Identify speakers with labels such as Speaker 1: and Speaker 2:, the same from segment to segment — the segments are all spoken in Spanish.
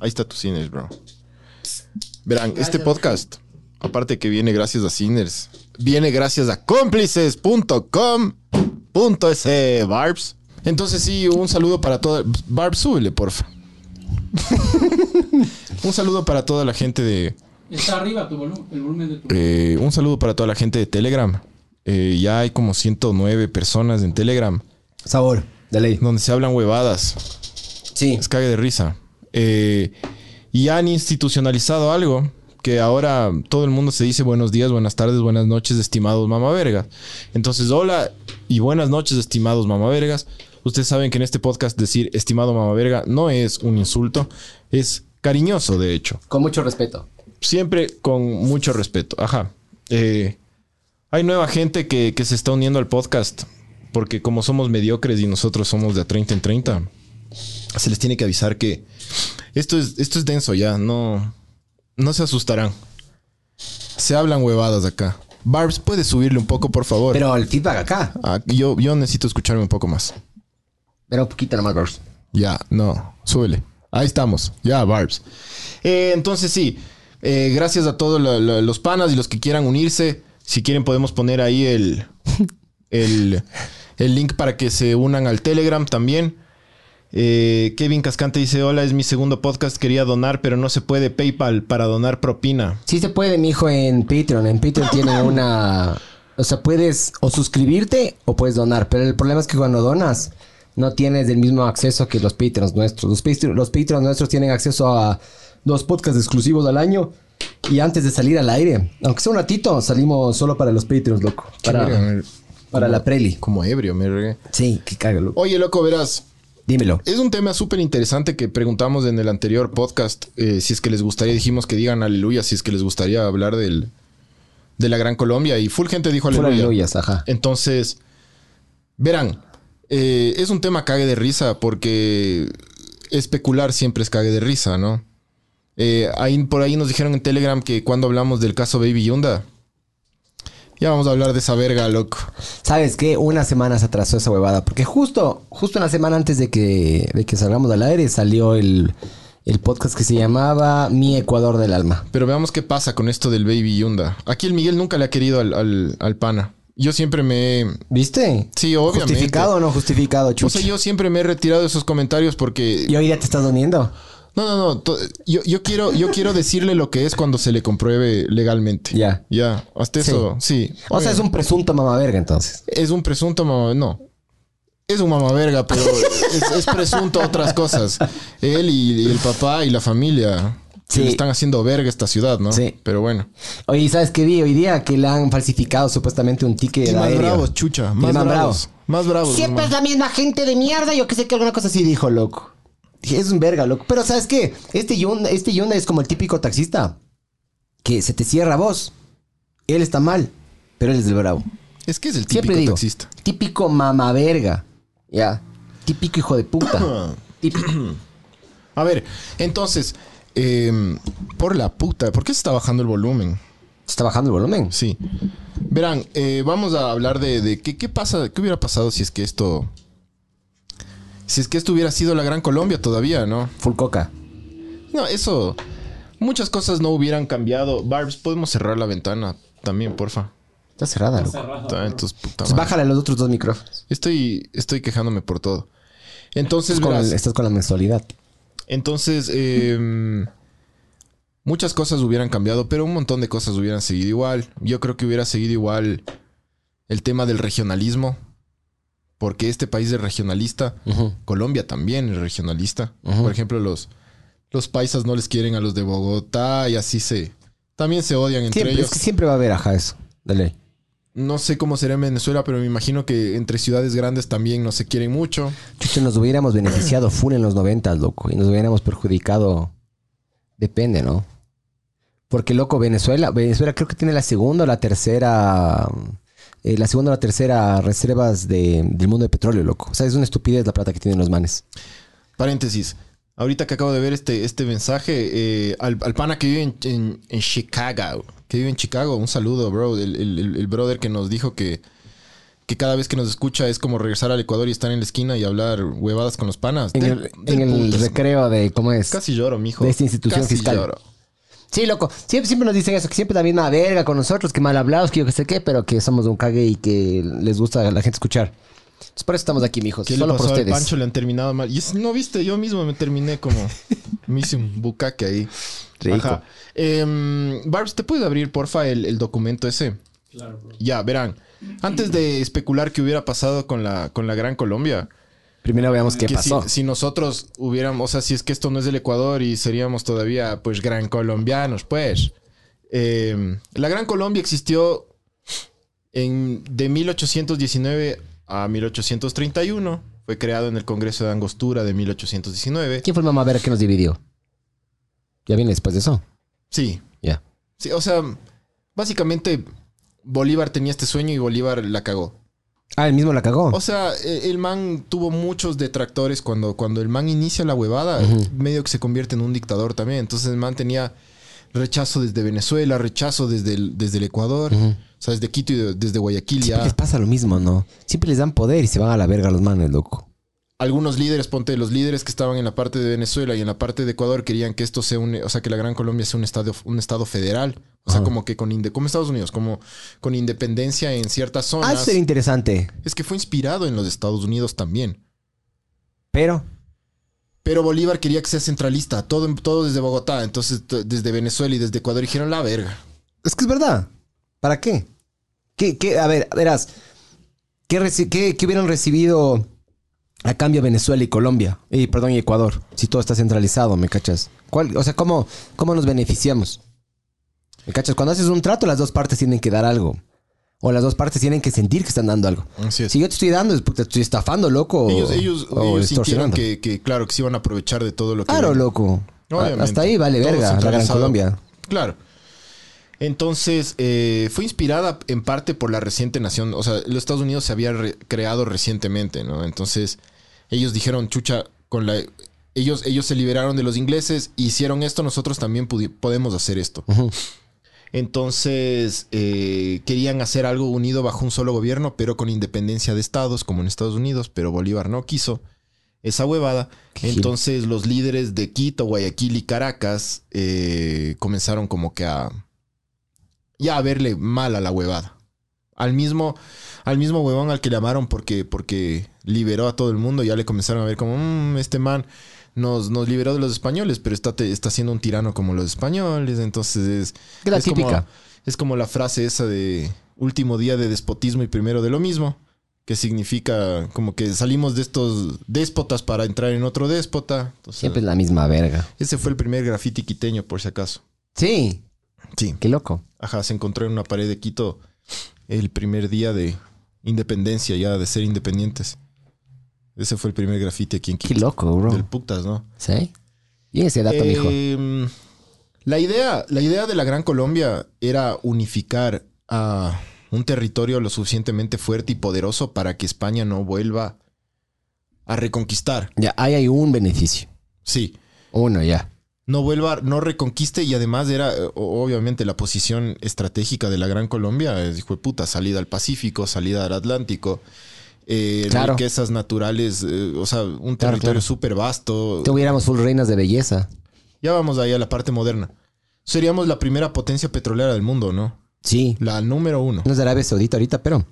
Speaker 1: ahí está tu Sinners, bro. Verán, este podcast, aparte que viene gracias a Sinners, viene gracias a cómplices.com.es, E, Barbs. Entonces sí, un saludo para toda... Barbs, súbele, porfa. un saludo para toda la gente de...
Speaker 2: Está arriba tu volumen, el volumen de tu
Speaker 1: Eh, un saludo para toda la gente de Telegram. Eh, ya hay como 109 personas en Telegram
Speaker 3: Sabor, de ley.
Speaker 1: donde se hablan huevadas.
Speaker 3: Sí.
Speaker 1: Es cague de risa. Eh, y han institucionalizado algo que ahora todo el mundo se dice buenos días, buenas tardes, buenas noches, estimados mamavergas. Entonces, hola y buenas noches, estimados mamavergas. Ustedes saben que en este podcast decir estimado mamaverga no es un insulto, es cariñoso, de hecho.
Speaker 4: Con mucho respeto.
Speaker 1: siempre con mucho respeto. Ajá. Eh, hay nueva gente que, que se está uniendo al podcast. Porque como somos mediocres y nosotros somos de a 30 en 30, se les tiene que avisar que esto es, esto es denso ya. No, no se asustarán. Se hablan huevadas acá. Barbs, ¿puedes subirle un poco, por favor?
Speaker 3: Pero el feedback acá.
Speaker 1: Ah, yo, yo necesito escucharme un poco más.
Speaker 3: Pero un poquito nomás, bros.
Speaker 1: Ya, no, súbele. Ahí estamos, ya, Barbs. Eh, entonces sí, eh, gracias a todos lo- lo- los panas y los que quieran unirse. Si quieren podemos poner ahí el, el, el link para que se unan al Telegram también. Eh, Kevin Cascante dice, hola, es mi segundo podcast, quería donar, pero no se puede PayPal para donar propina.
Speaker 4: Sí se puede, mi hijo, en Patreon. En Patreon tiene una... O sea, puedes o suscribirte o puedes donar. Pero el problema es que cuando donas no tienes el mismo acceso que los Patreons nuestros. Los, Patreon- los Patreons nuestros tienen acceso a dos podcasts exclusivos al año. Y antes de salir al aire, aunque sea un ratito, salimos solo para los Patreons, loco. Para, para la preli.
Speaker 1: Como ebrio, me regué.
Speaker 4: Sí, que caga, loco.
Speaker 1: Oye, loco, verás,
Speaker 4: Dímelo.
Speaker 1: Es un tema súper interesante que preguntamos en el anterior podcast. eh, si es que les gustaría, dijimos que digan aleluya, si es que les gustaría hablar del, de la Gran Colombia. Y full gente dijo
Speaker 4: Fuera
Speaker 1: aleluya.
Speaker 4: luyas, ajá.
Speaker 1: Entonces, verán, eh, es un tema cague de risa porque especular siempre es cague de risa, ¿no? Eh, ahí, por ahí nos dijeron en Telegram que cuando hablamos del caso Baby Yunda, ya vamos a hablar de esa verga, loco.
Speaker 4: ¿Sabes qué? Una semana se atrasó esa huevada. Porque justo, justo una semana antes de que, de que salgamos al aire salió el, el podcast que se llamaba Mi Ecuador del Alma.
Speaker 1: Pero veamos qué pasa con esto del Baby Yunda. Aquí el Miguel nunca le ha querido al, al- al pana. Yo siempre me...
Speaker 4: ¿Viste?
Speaker 1: Sí, obviamente.
Speaker 4: ¿Justificado o no justificado,
Speaker 1: O
Speaker 4: chucha?
Speaker 1: sea, yo siempre me he retirado de esos comentarios porque...
Speaker 4: ¿Y hoy ya te estás uniendo?
Speaker 1: No, no, no. to- Yo, yo quiero, yo quiero decirle lo que es cuando se le compruebe legalmente.
Speaker 4: Ya.
Speaker 1: Ya. Hasta
Speaker 4: Sí.
Speaker 1: eso, sí.
Speaker 4: O sea, es un presunto mamaverga entonces.
Speaker 1: Es un presunto mamá... No. Es un mamaverga, pero es, es presunto a otras cosas. Él y, y el papá y la familia que
Speaker 4: Sí.
Speaker 1: le están haciendo verga esta ciudad, ¿no?
Speaker 4: Sí.
Speaker 1: Pero bueno.
Speaker 4: Oye, ¿sabes qué vi hoy día? Que le han falsificado supuestamente un ticket
Speaker 1: Y
Speaker 4: de
Speaker 1: más
Speaker 4: aéreo.
Speaker 1: bravos, chucha.
Speaker 4: Y
Speaker 1: Más, bravos. Más bravos.
Speaker 4: Siempre
Speaker 1: nomás.
Speaker 4: es la misma gente de mierda. Yo que sé que alguna cosa así dijo, loco. Dije, Es un verga, loco. Pero ¿sabes qué? Este Yunda, este Yunda es como el típico taxista. Que se te cierra vos. Él está mal, pero él es el bravo.
Speaker 1: Es que es el
Speaker 4: Siempre
Speaker 1: típico
Speaker 4: digo.
Speaker 1: taxista.
Speaker 4: Típico mama verga. Ya. Típico hijo de puta. Típico.
Speaker 1: A ver, entonces, eh, por la puta, ¿por qué se está bajando el volumen?
Speaker 4: ¿Está bajando el volumen?
Speaker 1: Sí. Verán, eh, vamos a hablar de, de qué, qué pasa, qué hubiera pasado si es que esto. Si es que esto hubiera sido la Gran Colombia todavía, ¿no?
Speaker 4: Full coca.
Speaker 1: No, eso. Muchas cosas no hubieran cambiado. Barbs, podemos cerrar la ventana también, porfa.
Speaker 4: Está cerrada, loco.
Speaker 2: cerrado.
Speaker 1: Ta- entonces, puta
Speaker 4: Entonces,
Speaker 1: madre.
Speaker 4: bájale a los otros dos micrófonos.
Speaker 1: Estoy, estoy quejándome por todo. Entonces,
Speaker 4: Estás Pues con,
Speaker 1: verás,
Speaker 4: el- estás con la mensualidad.
Speaker 1: Entonces, eh, muchas cosas hubieran cambiado, pero un montón de cosas hubieran seguido igual. Yo creo que hubiera seguido igual el tema del regionalismo, porque este país es regionalista. Colombia también es regionalista.
Speaker 4: Ujú.
Speaker 1: Por ejemplo, los, los paisas no les quieren a los de Bogotá y así se... También se odian entre
Speaker 4: Siempre,
Speaker 1: ellos.
Speaker 4: es que siempre va a haber, ajá, eso. Dale.
Speaker 1: No sé cómo será en Venezuela, pero me imagino que entre ciudades grandes también no se quieren mucho.
Speaker 4: Chucha, nos hubiéramos beneficiado full en los 90, loco. Y nos hubiéramos perjudicado Depende, ¿no? Porque, loco, Venezuela, Venezuela creo que tiene la segunda o la tercera, eh, la segunda o la tercera reservas de- del mundo de petróleo, loco. O sea, es una estupidez la plata que tienen los manes.
Speaker 1: Paréntesis. Ahorita que acabo de ver este, este mensaje, eh, al, al pana que vive en, en- en Chicago, que vive en Chicago, un saludo, bro. El, el- el- el brother que nos dijo que, que cada vez que nos escucha es como regresar al Ecuador y estar en la esquina y hablar huevadas con los panas.
Speaker 4: En
Speaker 1: Del-
Speaker 4: el,
Speaker 1: del
Speaker 4: en el
Speaker 1: putas,
Speaker 4: recreo de, ¿cómo es?
Speaker 1: Casi lloro, mijo.
Speaker 4: de esta institución
Speaker 1: Casi
Speaker 4: fiscal.
Speaker 1: lloro.
Speaker 4: Sí, loco. Siempre, siempre nos dicen eso, que siempre la misma verga con nosotros, que mal hablados, que yo que sé qué, pero que somos un cague y que les gusta a la gente escuchar. Entonces, por eso estamos aquí, mijos.
Speaker 1: ¿Qué
Speaker 4: Solo
Speaker 1: le
Speaker 4: por
Speaker 1: pasó al
Speaker 4: ustedes.
Speaker 1: Pancho? Le han terminado mal. Y es- no viste, yo mismo me terminé como... me hice un bucaque ahí.
Speaker 4: Rico.
Speaker 1: Ajá. Em, Barbs, ¿te puede abrir, porfa, el- el documento ese?
Speaker 2: Claro, bro.
Speaker 1: Ya, verán. Antes de especular qué hubiera pasado con la, con la Gran Colombia,
Speaker 4: Primero veamos qué
Speaker 1: que si,
Speaker 4: pasó.
Speaker 1: si nosotros hubiéramos, o sea, si es que esto no es del Ecuador y seríamos todavía, pues, gran colombianos, pues. Eh, la Gran Colombia existió en, de 1819 a 1831. Fue creado en el Congreso de Angostura de 1819.
Speaker 4: ¿Quién fue el mamá verga que nos dividió? Ya viene después de eso.
Speaker 1: Sí,
Speaker 4: Ya.
Speaker 1: sí, o sea, básicamente Bolívar tenía este sueño y Bolívar la cagó.
Speaker 4: Ah, el mismo la cagó.
Speaker 1: O sea, e- el man tuvo muchos detractores cuando, cuando el man inicia la huevada,
Speaker 4: Ujú.
Speaker 1: medio que se convierte en un dictador también. Entonces el man tenía rechazo desde Venezuela, rechazo desde el, desde el Ecuador,
Speaker 4: Ujú.
Speaker 1: o sea, desde Quito y de- desde Guayaquil
Speaker 4: Siempre les
Speaker 1: ya.
Speaker 4: pasa lo mismo, ¿no? Siempre les dan poder y se van a la verga los manes, loco.
Speaker 1: Algunos líderes, ponte, los líderes que estaban en la parte de Venezuela y en la parte de Ecuador querían que esto sea un, o sea, que la Gran Colombia sea un estado, un estado federal. O sea,
Speaker 4: Ajá.
Speaker 1: como que con, inde- como Estados Unidos, como con independencia en ciertas
Speaker 4: Ah, eso
Speaker 1: zonas.
Speaker 4: sería interesante.
Speaker 1: Es que fue inspirado en los Estados Unidos también.
Speaker 4: Pero,
Speaker 1: Pero Bolívar quería que sea centralista, todo, todo desde Bogotá, entonces t- desde Venezuela y desde Ecuador dijeron la verga.
Speaker 4: es que es verdad. ¿Para qué? ¿Qué, qué? A ver, verás. ¿Qué, reci- qué- qué hubieran recibido a cambio Venezuela y Colombia? Y, perdón, y Ecuador. Si todo está centralizado, ¿me cachas? ¿Cuál, o sea, ¿cómo, ¿cómo nos beneficiamos? ¿Me cachas? Cuando haces un trato, las dos partes tienen que dar algo. O las dos partes tienen que sentir que están dando algo.
Speaker 1: Así
Speaker 4: Si yo te estoy dando, es Oh, porque te estoy estafando, loco.
Speaker 1: ellos
Speaker 4: o-
Speaker 1: ellos,
Speaker 4: o
Speaker 1: ellos sintieron
Speaker 4: extorsionando.
Speaker 1: que, que, claro, que se iban a aprovechar de todo lo que...
Speaker 4: Claro,
Speaker 1: venía.
Speaker 4: loco.
Speaker 1: Obviamente.
Speaker 4: Hasta ahí vale
Speaker 1: Todo
Speaker 4: verga, la Gran
Speaker 1: centralizado.
Speaker 4: Colombia.
Speaker 1: Claro. Entonces, eh, fue inspirada en parte por la reciente nación, o sea, los Estados Unidos se había re- creado recientemente, ¿no? Entonces, ellos dijeron, chucha, con la... Ellos, ellos se liberaron de los ingleses, hicieron esto, nosotros también pudi- podemos hacer esto.
Speaker 4: Ujú.
Speaker 1: Entonces, eh, querían hacer algo unido bajo un solo gobierno, pero con independencia de estados, como en Estados Unidos, pero Bolívar no quiso esa huevada.
Speaker 4: Qué gil.
Speaker 1: Entonces, los líderes de Quito, Guayaquil y Caracas eh, comenzaron como que a... Ya a verle mal a la huevada. Al mismo, al mismo huevón al que le amaron porque, porque liberó a todo el mundo, ya le comenzaron a ver como, "Mm, este man nos, nos liberó de los españoles, pero está, te- está siendo un tirano como los españoles, entonces es...
Speaker 4: Que la
Speaker 1: es
Speaker 4: típica.
Speaker 1: Como, es como la frase esa de último día de despotismo y primero de lo mismo, que significa como que salimos de estos déspotas para entrar en otro déspota. Entonces,
Speaker 4: Siempre es la misma verga.
Speaker 1: Ese fue el primer grafiti quiteño, por si acaso.
Speaker 4: Sí,
Speaker 1: Sí.
Speaker 4: qué loco.
Speaker 1: Ajá, se encontró en una pared de Quito el primer día de independencia, ya de ser independientes. Ese fue el primer grafiti aquí en
Speaker 4: Qué
Speaker 1: Quito.
Speaker 4: loco, bro.
Speaker 1: Del putas, ¿no?
Speaker 4: ¿Sí? Y ese dato, mijo.
Speaker 1: Eh, La idea, la idea de la Gran Colombia era unificar a un territorio lo suficientemente fuerte y poderoso para que España no vuelva a reconquistar.
Speaker 4: Ya, ahí hay un beneficio.
Speaker 1: Sí.
Speaker 4: Uno ya.
Speaker 1: No vuelva, no reconquiste y además era eh, o- obviamente la posición estratégica de la Gran Colombia. Es, hijo de puta, salida al Pacífico, salida al Atlántico, eh,
Speaker 4: Claro.
Speaker 1: riquezas naturales, eh, o sea, un
Speaker 4: Claro,
Speaker 1: territorio
Speaker 4: claro.
Speaker 1: súper vasto.
Speaker 4: Tuviéramos full reinas de belleza.
Speaker 1: Ya vamos ahí a la parte moderna. Seríamos la primera potencia petrolera del mundo, ¿no?
Speaker 4: Sí.
Speaker 1: La número uno.
Speaker 4: No es de Arabia Saudita ahorita, pero.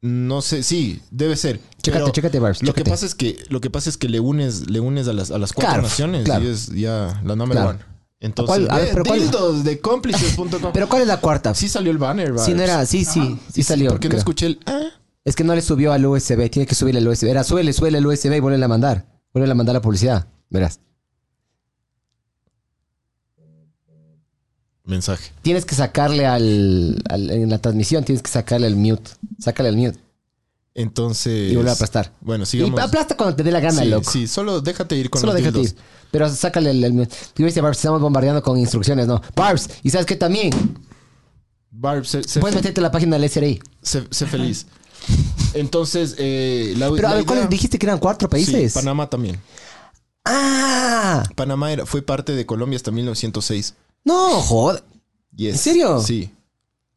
Speaker 1: No sé, sí, debe ser.
Speaker 4: Chécate,
Speaker 1: Pero
Speaker 4: chécate, Barbs.
Speaker 1: Lo que
Speaker 4: chécate.
Speaker 1: pasa es que, lo que pasa es que le unes, le unes a las, a las cuatro
Speaker 4: Claro,
Speaker 1: naciones
Speaker 4: claro.
Speaker 1: y es ya la número
Speaker 4: Claro.
Speaker 1: uno. Entonces,
Speaker 4: ¿Cuál? A
Speaker 1: eh,
Speaker 4: ver, pero ¿cuál?
Speaker 1: dildos de cómplices.com.
Speaker 4: Pero ¿cuál es la cuarta? Sí,
Speaker 1: sí salió el banner, Barbs.
Speaker 4: no era. Sí, sí. Sí salió.
Speaker 1: ¿Por qué no
Speaker 4: creo.
Speaker 1: escuché el ah?
Speaker 4: Es que no le subió al USB. Tiene que subirle al USB. Era, suele, suele el USB y vuelve a mandar. Vuelve a mandar la publicidad. Verás.
Speaker 1: mensaje?
Speaker 4: Tienes que sacarle al, al- En la transmisión tienes que sacarle al mute. Sácale al mute.
Speaker 1: Entonces.
Speaker 4: Y vuelve a aplastar.
Speaker 1: Bueno,
Speaker 4: Y
Speaker 1: sigamos.
Speaker 4: aplasta cuando te dé la gana,
Speaker 1: sí,
Speaker 4: loco.
Speaker 1: sí, solo déjate ir con
Speaker 4: Solo
Speaker 1: los
Speaker 4: déjate
Speaker 1: dildos.
Speaker 4: ir. Pero sácale el... el- Tú viste, Barbs, estamos bombardeando con instrucciones, ¿no? Barbs, y ¿sabes qué también?
Speaker 1: Barb, sé, sé-
Speaker 4: Puedes meterte a la página del SRI.
Speaker 1: sé- sé feliz. Entonces, eh, la
Speaker 4: Pero a
Speaker 1: la
Speaker 4: ver, ¿cuáles
Speaker 1: idea-
Speaker 4: dijiste que eran cuatro países?
Speaker 1: Sí, Panamá también.
Speaker 4: ¡Ah!
Speaker 1: Panamá era- fue parte de Colombia hasta 1906.
Speaker 4: No, joder.
Speaker 1: Yes.
Speaker 4: ¿En serio?
Speaker 1: Sí.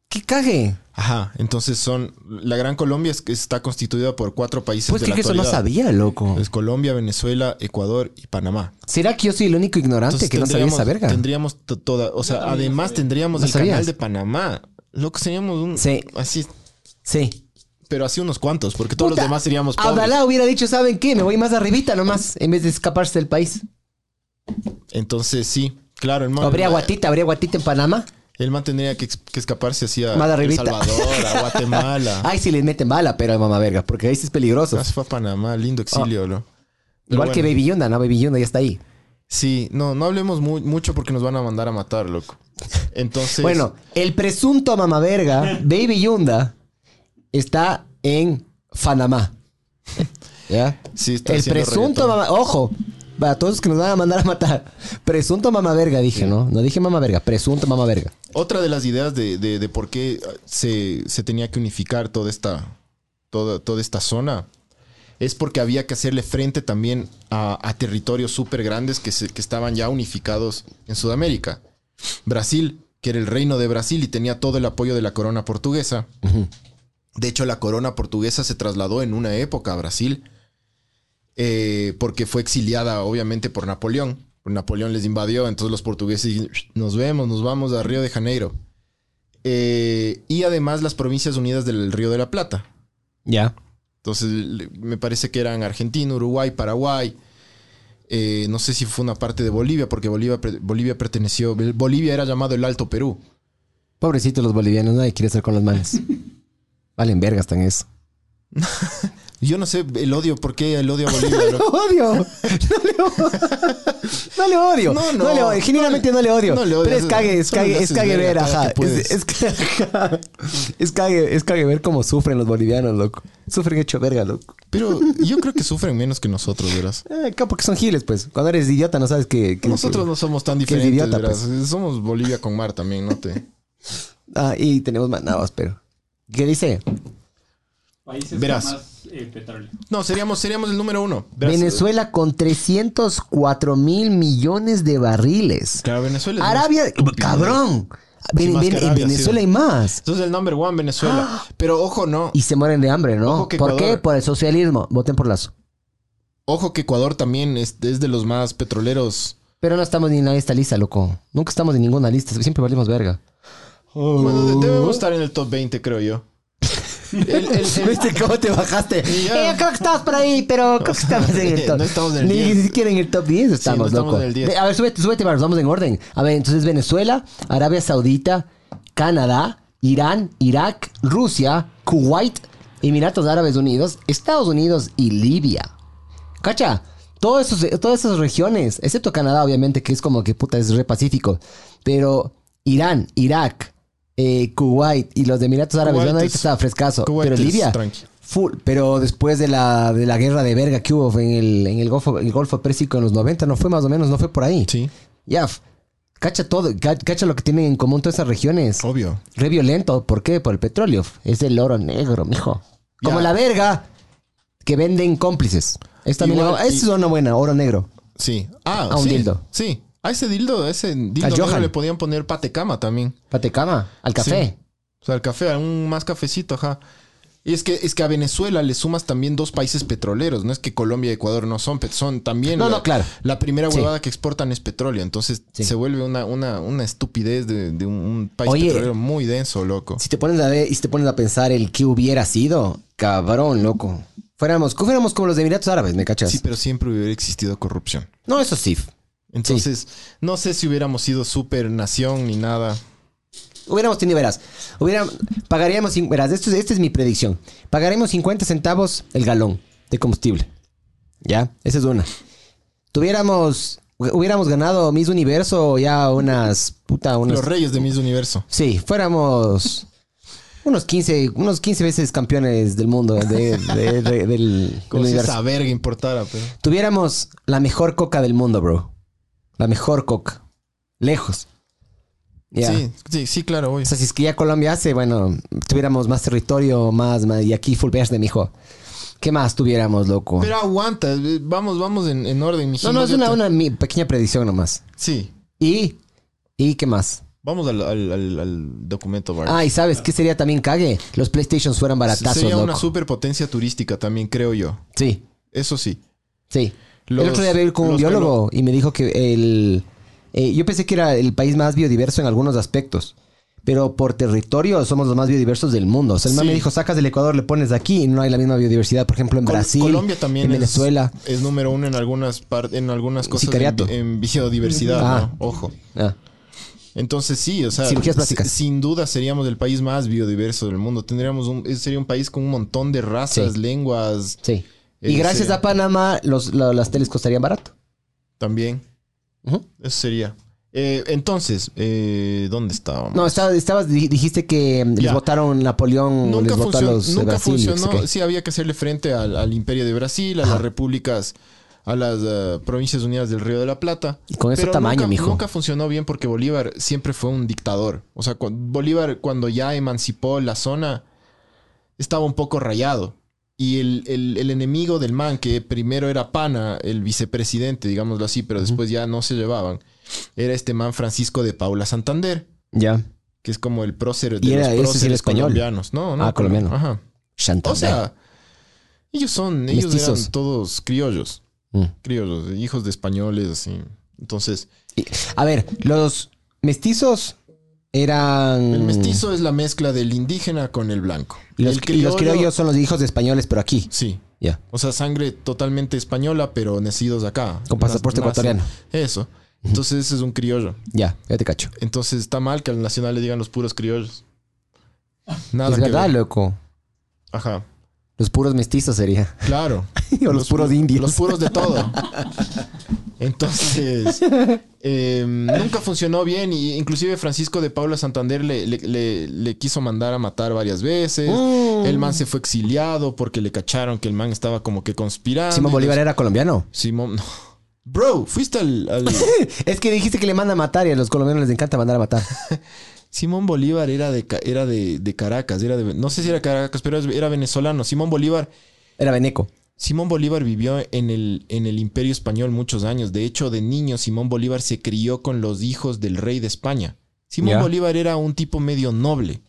Speaker 4: ¡Qué cague!
Speaker 1: Ajá. Entonces son. La Gran Colombia es- está constituida por cuatro países.
Speaker 4: Pues
Speaker 1: de
Speaker 4: creo
Speaker 1: la
Speaker 4: que eso no
Speaker 1: actualidad.
Speaker 4: sabía, loco.
Speaker 1: Es Colombia, Venezuela, Ecuador y Panamá.
Speaker 4: ¿Será que yo soy el único ignorante
Speaker 1: Entonces
Speaker 4: que no sabía
Speaker 1: tendríamos-
Speaker 4: esa verga?
Speaker 1: Tendríamos to- toda, o sea, además tendríamos
Speaker 4: ¿No
Speaker 1: el
Speaker 4: sabías?
Speaker 1: canal de Panamá. Loco, seríamos un
Speaker 4: Sí.
Speaker 1: así,
Speaker 4: Sí.
Speaker 1: pero así unos cuantos, porque todos los demás seríamos pobres.
Speaker 4: Abdalá hubiera dicho, ¿saben qué? Me voy más arribita nomás, en vez de escaparse del país.
Speaker 1: Entonces, sí, claro, el man,
Speaker 4: Habría
Speaker 1: el, man-
Speaker 4: guatita, habría guatita en Panamá.
Speaker 1: el man tendría que, ex- que escaparse hacia
Speaker 4: Más
Speaker 1: El
Speaker 4: arribita.
Speaker 1: Salvador, a Guatemala.
Speaker 4: Ay, si les meten bala, pero mamá verga, porque ahí sí es peligroso.
Speaker 1: Ah, se fue a Panamá, lindo
Speaker 4: Ah.
Speaker 1: exilio, ¿no? Pero
Speaker 4: Igual que
Speaker 1: bueno,
Speaker 4: Baby Yunda, ¿no? Baby Yunda ya está ahí.
Speaker 1: Sí, no, no hablemos mu- mucho porque nos van a mandar a matar, loco. Entonces,
Speaker 4: Bueno, el presunto mamá verga, Baby Yunda, está en Panamá. ¿Ya?
Speaker 1: sí, está
Speaker 4: El
Speaker 1: haciendo
Speaker 4: presunto
Speaker 1: reggaetón.
Speaker 4: mamá... Ojo, para todos los que nos van a mandar a matar. Presunto mamá verga, dije, ¿no? No dije mamá verga, presunto mamá verga.
Speaker 1: Otra de las ideas de, de- de por qué eh, se, se tenía que unificar toda esta, toda, toda esta zona es porque había que hacerle frente también a, a territorios súper grandes que, se- que estaban ya unificados en Sudamérica. Brasil, que era el reino de Brasil y tenía todo el apoyo de la corona portuguesa. De hecho, la corona portuguesa se trasladó en una época a Brasil eh, porque fue exiliada obviamente por Napoleón. Napoleón les invadió, entonces los portugueses dijeron, nos vemos, nos vamos a Río de Janeiro. Eh, y además las provincias unidas del Río de la Plata.
Speaker 4: Ya.
Speaker 1: Entonces le- me parece que eran Argentina, Uruguay, Paraguay. Eh, no sé si fue una parte de Bolivia, porque Bolivia, pre- Bolivia perteneció, Bolivia era llamado el Alto Perú.
Speaker 4: Pobrecitos los bolivianos, nadie quiere estar con los manes. Valen vergas tan eso.
Speaker 1: Yo no sé el odio, ¿por qué el odio a Bolivia?
Speaker 4: No le
Speaker 1: loco?
Speaker 4: odio. No le odio. No le odio.
Speaker 1: No,
Speaker 4: No,
Speaker 1: no.
Speaker 4: le odio. Generalmente no, le odio.
Speaker 1: no le odias.
Speaker 4: Pero es cague, es
Speaker 1: Solo le
Speaker 4: cague, es
Speaker 1: haces
Speaker 4: cague
Speaker 1: verga
Speaker 4: ver,
Speaker 1: cada
Speaker 4: ajá.
Speaker 1: que puedes.
Speaker 4: Es, es cague, es cague, es cague ver cómo sufren los bolivianos, loco. Sufren hecho verga, loco.
Speaker 1: Pero yo creo que sufren menos que nosotros, verás.
Speaker 4: Eh, Acá porque son giles, pues. Cuando eres idiota no sabes que... que-
Speaker 1: Nosotros no somos tan
Speaker 4: que el
Speaker 1: diferentes,
Speaker 4: idiota, pues.
Speaker 1: verás. Somos Bolivia con mar también, ¿no te?
Speaker 4: Ah, y tenemos manadas, pero... ¿Qué dice?
Speaker 2: Países
Speaker 1: Verás.
Speaker 2: con más eh, petróleo.
Speaker 1: No, seríamos, seríamos el número uno. Verás,
Speaker 4: Venezuela con 304 mil millones de barriles.
Speaker 1: Claro, Venezuela. es
Speaker 4: Arabia... ¡Cabrón!
Speaker 1: Sí,
Speaker 4: Ven-
Speaker 1: más
Speaker 4: ven-
Speaker 1: que
Speaker 4: en
Speaker 1: Arabia, sí.
Speaker 4: Venezuela hay más.
Speaker 1: Entonces el number one Venezuela. Pero ojo, no.
Speaker 4: Y se mueren de hambre, ¿no?
Speaker 1: Ojo que
Speaker 4: ¿Por
Speaker 1: Ecuador-
Speaker 4: qué? Por el socialismo. Voten por Lazo.
Speaker 1: Ojo que Ecuador también es, es de los más petroleros.
Speaker 4: Pero no estamos ni en esta lista, loco. Nunca estamos en ninguna lista. Siempre valimos verga. Uh.
Speaker 1: Bueno, de- debemos estar en el top 20, creo yo. El- el- el-
Speaker 4: ¿Viste cómo te bajaste?
Speaker 1: Y ya.
Speaker 4: Eh, yo creo que estamos por ahí, pero creo que estamos en el top.
Speaker 1: no estamos en el
Speaker 4: Ni
Speaker 1: 10.
Speaker 4: siquiera en el top 10 estamos,
Speaker 1: no estamos
Speaker 4: loco.
Speaker 1: en el 10.
Speaker 4: Ve, A ver, súbete, súbete, Barbs, vamos en orden. A ver, entonces Venezuela, Arabia Saudita, Canadá, Irán, Irak, Rusia, Kuwait, Emiratos Árabes Unidos, Estados Unidos y Libia. Cacha, todos esos- todas esas regiones, excepto Canadá, obviamente, que es como que puta, es re pacífico. Pero Irán, Irak, eh, Kuwait y los Emiratos Árabes
Speaker 1: Kuwait
Speaker 4: Unidos
Speaker 1: es-
Speaker 4: ahorita estaba frescaso.
Speaker 1: Kuwait
Speaker 4: pero
Speaker 1: es
Speaker 4: Libia,
Speaker 1: tranqui.
Speaker 4: full. Pero después de la, de la guerra de verga que hubo en el, en el Golfo, el Golfo Pérsico en los 90, no fue más o menos, no fue por ahí.
Speaker 1: sí,
Speaker 4: Ya, f- cacha todo, ca- cacha lo que tienen en común todas esas regiones.
Speaker 1: obvio.
Speaker 4: Re violento, ¿por qué? Por el petróleo. f- Es el oro negro, mijo. Como
Speaker 1: Ya.
Speaker 4: la verga que venden cómplices. Esta también
Speaker 1: Igual,
Speaker 4: la- esa
Speaker 1: y-
Speaker 4: es una buena, oro negro.
Speaker 1: Sí. Ah,
Speaker 4: A un
Speaker 1: sí,
Speaker 4: dildo.
Speaker 1: Sí. A ese dildo, a ese dildo
Speaker 4: A
Speaker 1: negro
Speaker 4: Johan.
Speaker 1: le podían poner patecama también.
Speaker 4: Patecama, al café.
Speaker 1: Sí. O sea, el café, aún más cafecito, ajá. Y es que, es que a Venezuela le sumas también dos países petroleros. No es que Colombia y Ecuador no son, pet- son también.
Speaker 4: No,
Speaker 1: la,
Speaker 4: no, claro.
Speaker 1: La primera
Speaker 4: Sí.
Speaker 1: huevada que exportan es petróleo. Entonces
Speaker 4: Sí.
Speaker 1: se vuelve una, una, una estupidez de, de un, un país
Speaker 4: Oye.
Speaker 1: petrolero muy denso, loco.
Speaker 4: Si te pones a ver y si te pones a pensar el que hubiera sido, cabrón, loco. Fuéramos, fuéramos como los de Emiratos Árabes, ¿me cachas?
Speaker 1: Sí, pero siempre hubiera existido corrupción.
Speaker 4: No, eso sí.
Speaker 1: Entonces, no sé si hubiéramos sido super nación ni nada.
Speaker 4: Hubiéramos tenido, verás, hubiera, pagaríamos, cin- verás, esto, es- esta es mi predicción. Pagaremos 50 centavos el galón de combustible. ¿Ya? Esa es una. Tuviéramos, hubiéramos ganado Miss Universo ya unas, puta, unas...
Speaker 1: Los reyes de mis universo.
Speaker 4: Sí, fuéramos Unos 15, unos 15 veces campeones del mundo, de- de- de- del,
Speaker 1: Como
Speaker 4: del
Speaker 1: si
Speaker 4: universo.
Speaker 1: esa verga importara, pero.
Speaker 4: Tuviéramos la mejor coca del mundo, bro. La mejor coca. Lejos. Ya.
Speaker 1: Sí, sí, sí, claro, obvio.
Speaker 4: O sea, si es que ya Colombia hace, bueno, tuviéramos más territorio, más, más- y aquí full verde, mijo. ¿Qué más tuviéramos, loco?
Speaker 1: Pero aguanta, eh, vamos, vamos en, en orden, mijito.
Speaker 4: no, no, es
Speaker 1: Yo
Speaker 4: una,
Speaker 1: te-
Speaker 4: una mi- pequeña predicción nomás.
Speaker 1: Sí,
Speaker 4: ¿Y? ¿Y qué más?
Speaker 1: vamos al, al- al- al documento, Bart.
Speaker 4: Ah, ¿y sabes qué sería también cague? Los PlayStation fueran baratazos,
Speaker 1: Sería una
Speaker 4: loco.
Speaker 1: superpotencia turística también, creo yo.
Speaker 4: Sí,
Speaker 1: Eso sí.
Speaker 4: sí.
Speaker 1: Los-
Speaker 4: el otro día hablé con un
Speaker 1: los
Speaker 4: biólogo y me dijo que el... eh, yo pensé que era el país más biodiverso en algunos aspectos. Pero por territorio somos los más biodiversos del mundo. O sea, el man
Speaker 1: Sí.
Speaker 4: me dijo, sacas del Ecuador, le pones aquí y no hay la misma biodiversidad. Por ejemplo, en
Speaker 1: Col-
Speaker 4: Brasil,
Speaker 1: Colombia también
Speaker 4: en
Speaker 1: es-
Speaker 4: Venezuela.
Speaker 1: Es, número uno en algunas par- en algunas cosas en,
Speaker 4: Sicariato.
Speaker 1: en biodiversidad,
Speaker 4: Ah.
Speaker 1: ¿no? Ojo.
Speaker 4: Ah.
Speaker 1: Entonces sí, o sea,
Speaker 4: Cirugías
Speaker 1: si-
Speaker 4: plásticas.
Speaker 1: sin duda seríamos el país más biodiverso del mundo. Tendríamos un eh, sería un país con un montón de razas,
Speaker 4: Sí.
Speaker 1: lenguas
Speaker 4: Sí.
Speaker 1: Eh,
Speaker 4: Y gracias
Speaker 1: sí.
Speaker 4: a Panamá, los, la- las teles costarían barato.
Speaker 1: también.
Speaker 4: Ujú.
Speaker 1: Eso sería. Eh, entonces, eh, ¿dónde estábamos?
Speaker 4: No, estaba- estabas, di- dijiste que mm,
Speaker 1: Ya.
Speaker 4: les votaron Napoleón,
Speaker 1: Nunca,
Speaker 4: les votó a
Speaker 1: funcionó-
Speaker 4: los de
Speaker 1: nunca
Speaker 4: Brasil, yo qué sé
Speaker 1: funcionó.
Speaker 4: qué.
Speaker 1: Sí, había que hacerle frente al, al Imperio de Brasil, a las
Speaker 4: Ajá.
Speaker 1: repúblicas, a las eh, Provincias Unidas del Río de la Plata.
Speaker 4: Y con ese tamaño,
Speaker 1: nunca,
Speaker 4: mijo.
Speaker 1: Nunca funcionó bien porque Bolívar siempre fue un dictador. O sea, cu- Bolívar, cuando ya emancipó la zona, estaba un poco rayado. Y el, el- el enemigo del man, que primero era Pana, el vicepresidente, digámoslo así, pero después ya no se llevaban, era este man Francisco de Paula Santander,
Speaker 4: Ya.
Speaker 1: que es como el prócer de
Speaker 4: Y
Speaker 1: los
Speaker 4: era- ese sí era
Speaker 1: próceres
Speaker 4: español.
Speaker 1: colombianos. No, no,
Speaker 4: Ah, colombiano.
Speaker 1: Ajá.
Speaker 4: Chantal.
Speaker 1: O sea, ellos son, ellos
Speaker 4: Mestizos.
Speaker 1: eran todos criollos,
Speaker 4: Mm.
Speaker 1: criollos, hijos de españoles, así. Entonces,
Speaker 4: A ver, los mestizos eran...
Speaker 1: el mestizo es la mezcla del indígena con el blanco.
Speaker 4: Mm. Y los,
Speaker 1: el
Speaker 4: y los criollos son los hijos de españoles, pero aquí.
Speaker 1: Sí.
Speaker 4: Ya.
Speaker 1: O sea, sangre totalmente española, pero nacidos acá.
Speaker 4: Con pasaporte
Speaker 1: Nac- nacen-
Speaker 4: ecuatoriano.
Speaker 1: Eso. Entonces, ese es un criollo.
Speaker 4: Ya, ya te cacho.
Speaker 1: Entonces, está mal que al nacional le digan los puros criollos. Nada
Speaker 4: es
Speaker 1: que
Speaker 4: verdad,
Speaker 1: ver.
Speaker 4: loco.
Speaker 1: Ajá.
Speaker 4: Los puros mestizos sería.
Speaker 1: Claro.
Speaker 4: o los, puros
Speaker 1: pu-
Speaker 4: indios.
Speaker 1: Los puros de todo. Entonces, eh, nunca funcionó bien. Y inclusive Francisco de Paula Santander le, le- le- le quiso mandar a matar varias veces.
Speaker 4: Mm.
Speaker 1: El man se fue exiliado porque le cacharon que el man estaba como que conspirando.
Speaker 4: Simón Bolívar era colombiano.
Speaker 1: Simón, no. Bro, fuiste al... al-
Speaker 4: Es que dijiste que le manda a matar y a los colombianos les encanta mandar a matar.
Speaker 1: Simón Bolívar era de Ca- era de, de Caracas, era de- no sé si era Caracas, pero era venezolano. Simón Bolívar
Speaker 4: Era veneco.
Speaker 1: Simón Bolívar vivió en el, en el Imperio Español muchos años. De hecho, de niño, Simón Bolívar se crió con los hijos del rey de España. Simón
Speaker 4: Ya.
Speaker 1: Bolívar era un tipo medio noble.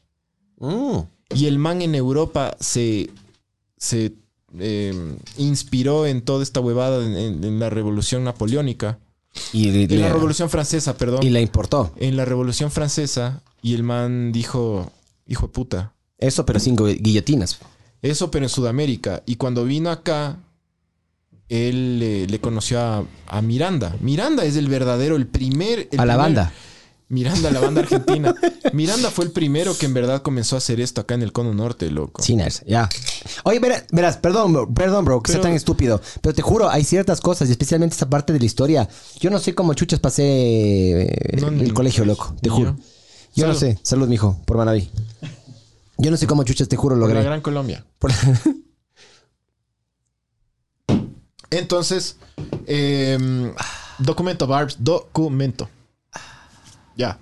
Speaker 1: Y el man en Europa se, se eh, inspiró en toda esta huevada en, en- en la Revolución Napoleónica.
Speaker 4: Y,
Speaker 1: En la
Speaker 4: le-
Speaker 1: Revolución Francesa, perdón.
Speaker 4: y la importó.
Speaker 1: En la Revolución Francesa. Y el man dijo, hijo de puta,
Speaker 4: Eso, pero sin gu- guillotinas.
Speaker 1: Eso, pero en Sudamérica. Y cuando vino acá, él eh, le conoció a, a Miranda. Miranda es el verdadero, el primer. el
Speaker 4: a la
Speaker 1: primer-
Speaker 4: banda.
Speaker 1: Miranda, la banda argentina. Miranda fue el primero que en verdad comenzó a hacer esto acá en el Cono Norte, loco.
Speaker 4: Sinners, ya. Oye, vera- verás, perdón, bro, perdón, bro, que sea
Speaker 1: Pero-
Speaker 4: tan estúpido. Pero te juro, hay ciertas cosas, y especialmente esa parte de la historia. Yo no sé cómo chuchas pasé eh,
Speaker 1: No, ni-
Speaker 4: el colegio, loco, te
Speaker 1: ni
Speaker 4: juro. Yo no
Speaker 1: Salud.
Speaker 4: sé. Salud, mijo, por Manaví. Yo no sé cómo chuchas, te juro,
Speaker 1: Por la
Speaker 4: logré.
Speaker 1: Gran Colombia.
Speaker 4: Por-
Speaker 1: Entonces, eh, documento, Barbs, documento. Ya.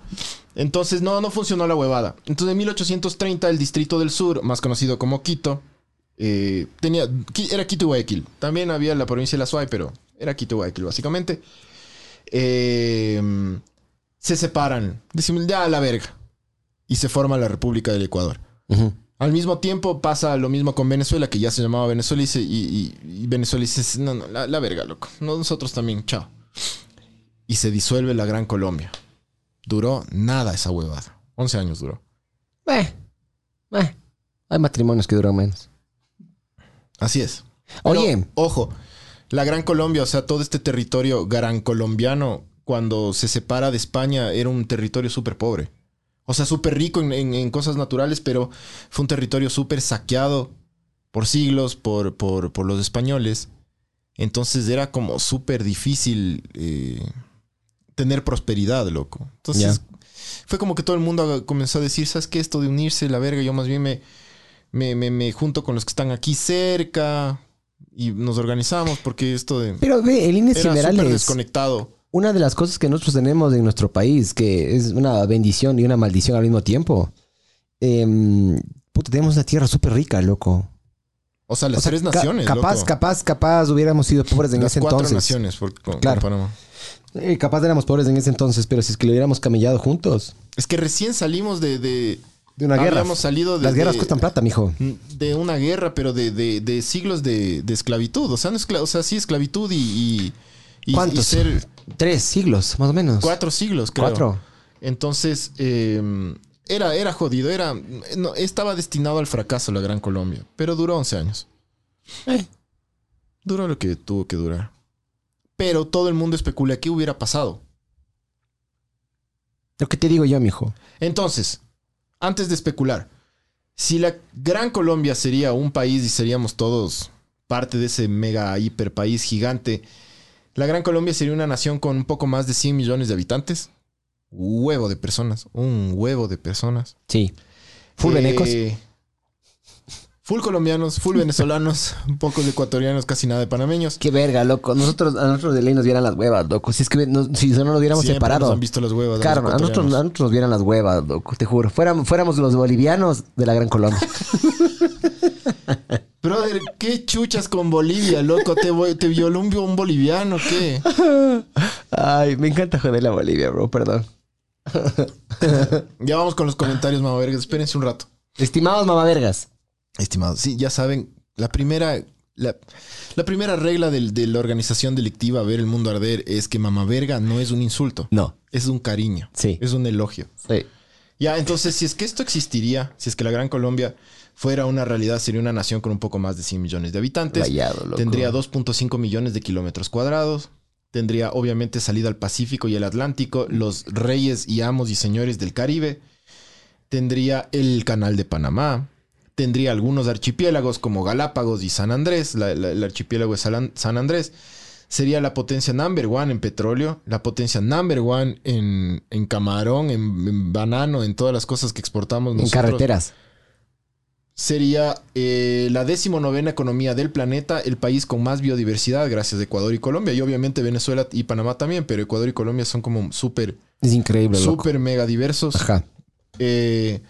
Speaker 1: Entonces, no, no funcionó la huevada. Entonces, en 1830, el Distrito del Sur, más conocido como Quito, eh, tenía, Qui- era Quito y Guayaquil. También había la provincia de la Suay, pero era Quito y Guayaquil, básicamente. Eh, se separan. Decimos, ya a la verga. Y se forma la República del Ecuador.
Speaker 4: Ujú.
Speaker 1: Al mismo tiempo pasa lo mismo con Venezuela, que ya se llamaba Venezuela y, se- y- y- y Venezuela dice, no, no, la, la verga, loco. No, nosotros también, chao. Y se disuelve la Gran Colombia. Duró nada esa huevada. 11 años duró.
Speaker 4: Eh, eh. Hay matrimonios que duran menos.
Speaker 1: Así es. Pero,
Speaker 4: Oye,
Speaker 1: Ojo, la Gran Colombia, o sea, todo este territorio gran colombiano, cuando se separa de España, era un territorio súper pobre. O sea, súper rico en, en- en cosas naturales, pero fue un territorio súper saqueado por siglos, por, por, por los españoles. Entonces era como súper difícil eh, tener prosperidad, loco. Entonces, fue como que todo el mundo comenzó a decir, ¿sabes qué? Esto de unirse, la verga, yo más bien me, me, me- me junto con los que están aquí cerca y nos organizamos porque esto de...
Speaker 4: Pero ve, el INE
Speaker 1: Era
Speaker 4: general
Speaker 1: súper
Speaker 4: es
Speaker 1: desconectado.
Speaker 4: una de las cosas que nosotros tenemos en nuestro país, que es una bendición y una maldición al mismo tiempo. Em, puta, tenemos una tierra súper rica, loco.
Speaker 1: O sea, las
Speaker 4: O sea,
Speaker 1: tres
Speaker 4: ca-
Speaker 1: naciones,
Speaker 4: Capaz,
Speaker 1: loco.
Speaker 4: capaz, capaz hubiéramos sido pobres en
Speaker 1: las
Speaker 4: ese
Speaker 1: cuatro
Speaker 4: entonces.
Speaker 1: naciones por, con- con
Speaker 4: Claro.
Speaker 1: Panamá.
Speaker 4: Eh, capaz éramos pobres en ese entonces, pero si es que lo hubiéramos camellado juntos.
Speaker 1: Es que recién salimos de... de
Speaker 4: De una guerra.
Speaker 1: Habíamos salido de...
Speaker 4: Las guerras
Speaker 1: de- mm,
Speaker 4: cuestan plata, mijo.
Speaker 1: de una guerra, pero de, de- de siglos de, de esclavitud. O sea, no escla- o sea, sí, esclavitud y, y- y- y
Speaker 4: ¿Cuántos?
Speaker 1: ser
Speaker 4: Tres siglos, más o menos.
Speaker 1: cuatro siglos, creo.
Speaker 4: Cuatro.
Speaker 1: Entonces, eh, era, era jodido, era, no, estaba destinado al fracaso la Gran Colombia, pero duró 11 años. Duró lo que tuvo que durar. Pero todo el mundo especula qué hubiera pasado.
Speaker 4: Lo que te digo yo, mijo.
Speaker 1: Entonces, antes de especular, si la Gran Colombia sería un país y seríamos todos parte de ese mega hiper país gigante, la Gran Colombia sería una nación con un poco más de 100 millones de habitantes. Un huevo de personas, un huevo de personas.
Speaker 4: Sí. Full venecos.
Speaker 1: Eh, Full colombianos, full venezolanos, pocos ecuatorianos, casi nada de panameños.
Speaker 4: Qué verga, loco. Nosotros, a nosotros de ley nos vieran las huevas, loco. Si es que nos- si no nos hubiéramos
Speaker 1: Siempre
Speaker 4: separado.
Speaker 1: nos han visto las huevas. a los
Speaker 4: Claro, a nosotros,
Speaker 1: ecuatorianos.
Speaker 4: a nosotros nos vieran las huevas, loco, te juro. Fuéramos, fuéramos los bolivianos de la Gran Colombia.
Speaker 1: Brother, qué chuchas con Bolivia, loco. Te, voy- te violó un, un boliviano, ¿qué?
Speaker 4: Ay, me encanta joder la Bolivia, bro, perdón.
Speaker 1: Ya vamos con los comentarios, mamá verga. Espérense un rato.
Speaker 4: Estimados mamavergas.
Speaker 1: Estimados, sí, ya saben, la primera, la, la primera regla del- de la organización delictiva Ver el Mundo Arder es que mamá verga no es un insulto,
Speaker 4: No.
Speaker 1: es un cariño,
Speaker 4: Sí.
Speaker 1: es un elogio.
Speaker 4: Sí.
Speaker 1: Ya, entonces, si es que esto existiría, si es que la Gran Colombia fuera una realidad, sería una nación con un poco más de 100 millones de habitantes.
Speaker 4: Rayado, loco.
Speaker 1: Tendría 2.5 millones de kilómetros cuadrados. Tendría obviamente salida al Pacífico y al Atlántico, los reyes y amos y señores del Caribe. Tendría el Canal de Panamá. Tendría algunos archipiélagos como Galápagos y San Andrés, la- la- el archipiélago de Salan- San Andrés. Sería la potencia number one en petróleo, la potencia number one en, en camarón, en, en banano, en todas las cosas que exportamos
Speaker 4: En
Speaker 1: nosotros
Speaker 4: carreteras.
Speaker 1: sería eh, la decimonovena economía del planeta, el país con más biodiversidad, gracias a Ecuador y Colombia. Y obviamente Venezuela y Panamá también, pero Ecuador y Colombia son como súper,
Speaker 4: Es increíble, loco.
Speaker 1: súper mega diversos.
Speaker 4: Ajá.
Speaker 1: Eh,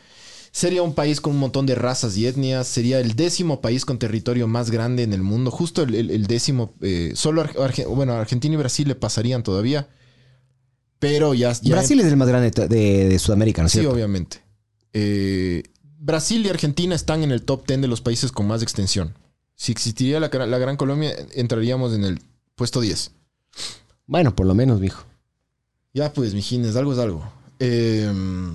Speaker 1: sería un país con un montón de razas y etnias. Sería el décimo país con territorio más grande en el mundo. Justo el, el- el décimo. eh, solo Ar- Arge- bueno, Argentina y Brasil le pasarían todavía. Pero ya. ya
Speaker 4: Brasil es el más grande de, de- de Sudamérica, ¿no es
Speaker 1: Sí,
Speaker 4: cierto?
Speaker 1: obviamente. Eh, Brasil y Argentina están en el top 10 de los países con más extensión. Si existiría la, gra- la Gran Colombia, entraríamos en el puesto 10.
Speaker 4: Bueno, por lo menos, mijo.
Speaker 1: Ya pues, mijines, algo es algo. Em,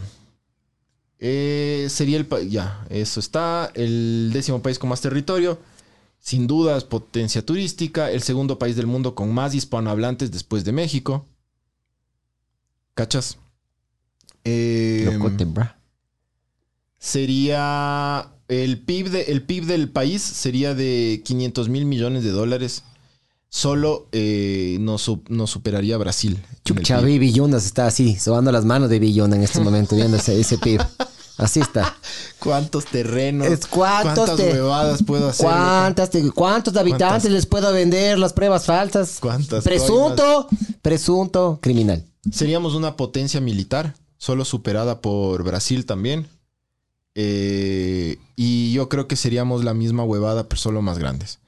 Speaker 1: eh, sería el país... Ya, eso está. El décimo país con más territorio. Sin dudas, potencia turística. El segundo país del mundo con más hispanohablantes después de México. ¿Cachas? Em,
Speaker 4: Locote, bra.
Speaker 1: sería el PIB, de- el PIB del país sería de 500 mil millones de dólares. Solo eh, nos, su- nos superaría Brasil. en el
Speaker 4: Chucha,
Speaker 1: PIB.
Speaker 4: Baby Yondas está así, sobando las manos de Baby Yonda en este momento, viendo ese, ese pib. Así está.
Speaker 1: ¿Cuántos terrenos?
Speaker 4: Es cuántos
Speaker 1: ¿Cuántas
Speaker 4: te-
Speaker 1: huevadas puedo hacer? loco?
Speaker 4: ¿Cuántas te- ¿Cuántos habitantes
Speaker 1: ¿Cuántas?
Speaker 4: les puedo vender las pruebas falsas?
Speaker 1: ¿Cuántas
Speaker 4: Presunto, presunto criminal.
Speaker 1: Seríamos una potencia militar, solo superada por Brasil también. Eh, y yo creo que seríamos la misma huevada, pero solo más grandes.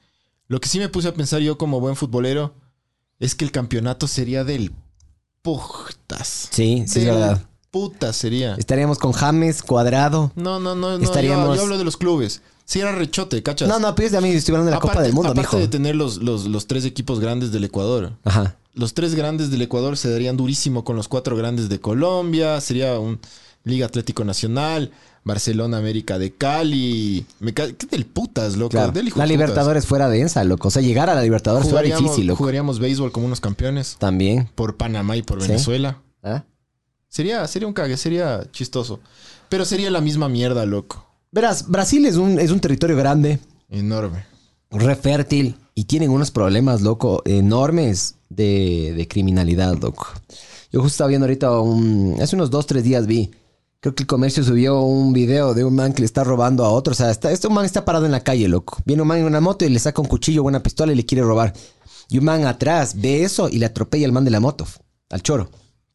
Speaker 1: Lo que sí me puse a pensar yo como buen futbolero es que el campeonato sería del putas.
Speaker 4: Sí, sí, es
Speaker 1: Del
Speaker 4: verdad.
Speaker 1: Puta sería.
Speaker 4: Estaríamos con James, Cuadrado.
Speaker 1: No, no, no, no.
Speaker 4: Estaríamos-
Speaker 1: Yo, yo hablo de los clubes. Si era rechote, ¿cachas?
Speaker 4: No, no, pides a mí, estoy hablando de la Copa del Mundo,
Speaker 1: aparte
Speaker 4: mijo.
Speaker 1: de tener los, los, los tres equipos grandes del Ecuador.
Speaker 4: Ajá.
Speaker 1: Los tres grandes del Ecuador se darían durísimo con los cuatro grandes de Colombia. Sería un Liga Atlético Nacional, Barcelona, América de Cali. Me ca- ¿Qué del putas, loco?
Speaker 4: Claro.
Speaker 1: Del hijo
Speaker 4: La
Speaker 1: de putas.
Speaker 4: Libertadores fuera densa, loco. O sea, llegar a la Libertadores fuera
Speaker 1: Jugaríamos,
Speaker 4: difícil, loco.
Speaker 1: jugaríamos béisbol como unos campeones
Speaker 4: También.
Speaker 1: por Panamá y por
Speaker 4: Sí.
Speaker 1: Venezuela.
Speaker 4: ¿Ah?
Speaker 1: Sería, sería un cague, sería chistoso. Pero sería la misma mierda, loco.
Speaker 4: Verás, Brasil es un, es un territorio grande.
Speaker 1: Enorme.
Speaker 4: re fértil y tienen unos problemas, loco, enormes de, de criminalidad, loco. Yo justo estaba viendo ahorita, un- hace unos dos, tres días vi. Creo que el comercio subió un video de un man que le está robando a otro. O sea, está, este man está parado en la calle, loco. Viene un man en una moto y le saca un cuchillo o una pistola y le quiere robar. Y un man atrás ve eso y le atropella al man de la moto, al choro.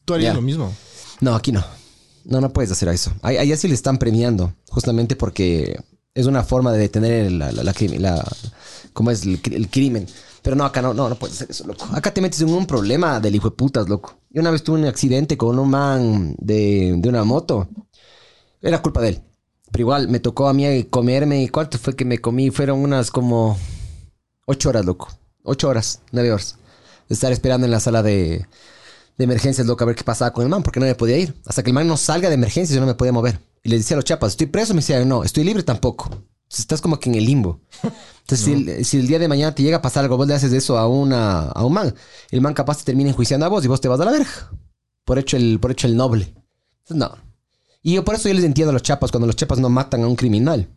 Speaker 1: Tú harías
Speaker 4: Ya.
Speaker 1: lo mismo.
Speaker 4: No, aquí no. No, no puedes hacer eso. Ahí- Allá sí le están premiando, justamente porque es una forma de detener la, la, la crimi- la- ¿cómo es? El, cri- el crimen. Pero no, acá no, no, no puedes hacer eso, loco. Acá te metes en un problema del hijo de putas, loco. Yo una vez tuve un accidente con un man de, de una moto. Era culpa de él. Pero igual me tocó a mí comerme. ¿Y cuánto fue que me comí? Fueron unas como ocho horas, loco. Ocho horas, nueve horas. De estar esperando en la sala de, de emergencias, loco, a ver qué pasaba con el man, porque no me podía ir. Hasta que el man no salga de emergencias, yo no me podía mover. Y le decía a los chapas, estoy preso, me decía, no, estoy libre tampoco. Entonces, estás como que en el limbo. Entonces, si, el, si el día de mañana te llega a pasar algo, vos le haces eso a, una, a un man, el man capaz te termina enjuiciando a vos y vos te vas a la verga. Por hecho el, por hecho el noble. Entonces, no. Y yo por eso yo les entiendo a los chapas cuando los chapas no matan a un criminal.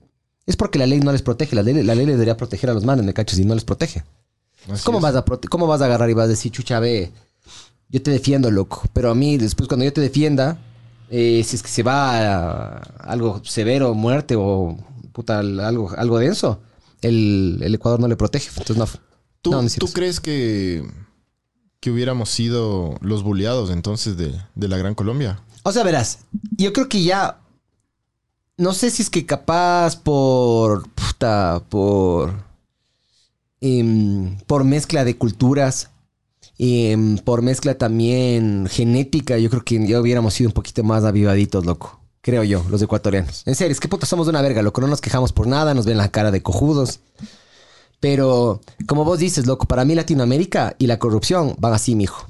Speaker 4: Es porque la ley no les protege. La ley, la ley le debería proteger a los manes, me cachas, y no les protege.
Speaker 1: Así
Speaker 4: ¿Cómo
Speaker 1: es.
Speaker 4: vas, a prote- ¿Cómo vas a agarrar y vas a decir, chucha, ve, yo te defiendo, loco? Pero a mí, después, cuando yo te defienda, eh, si es que se va a, algo severo, muerte o puta, al- algo, algo denso, el, el Ecuador no le protege. Entonces, no.
Speaker 1: ¿Tú,
Speaker 4: no, no es
Speaker 1: tú
Speaker 4: cierto.
Speaker 1: crees que, que hubiéramos sido los bulleados entonces de, de la Gran Colombia?
Speaker 4: O sea, verás, yo creo que ya. No sé si es que capaz por. Puta, por. em, por mezcla de culturas. em, por mezcla también genética. Yo creo que ya hubiéramos sido un poquito más avivaditos, loco. Creo yo, los ecuatorianos. En serio, es que puta, somos de una verga, loco. No nos quejamos por nada, nos ven la cara de cojudos. Pero, como vos dices, loco, para mí Latinoamérica y la corrupción van así, mijo.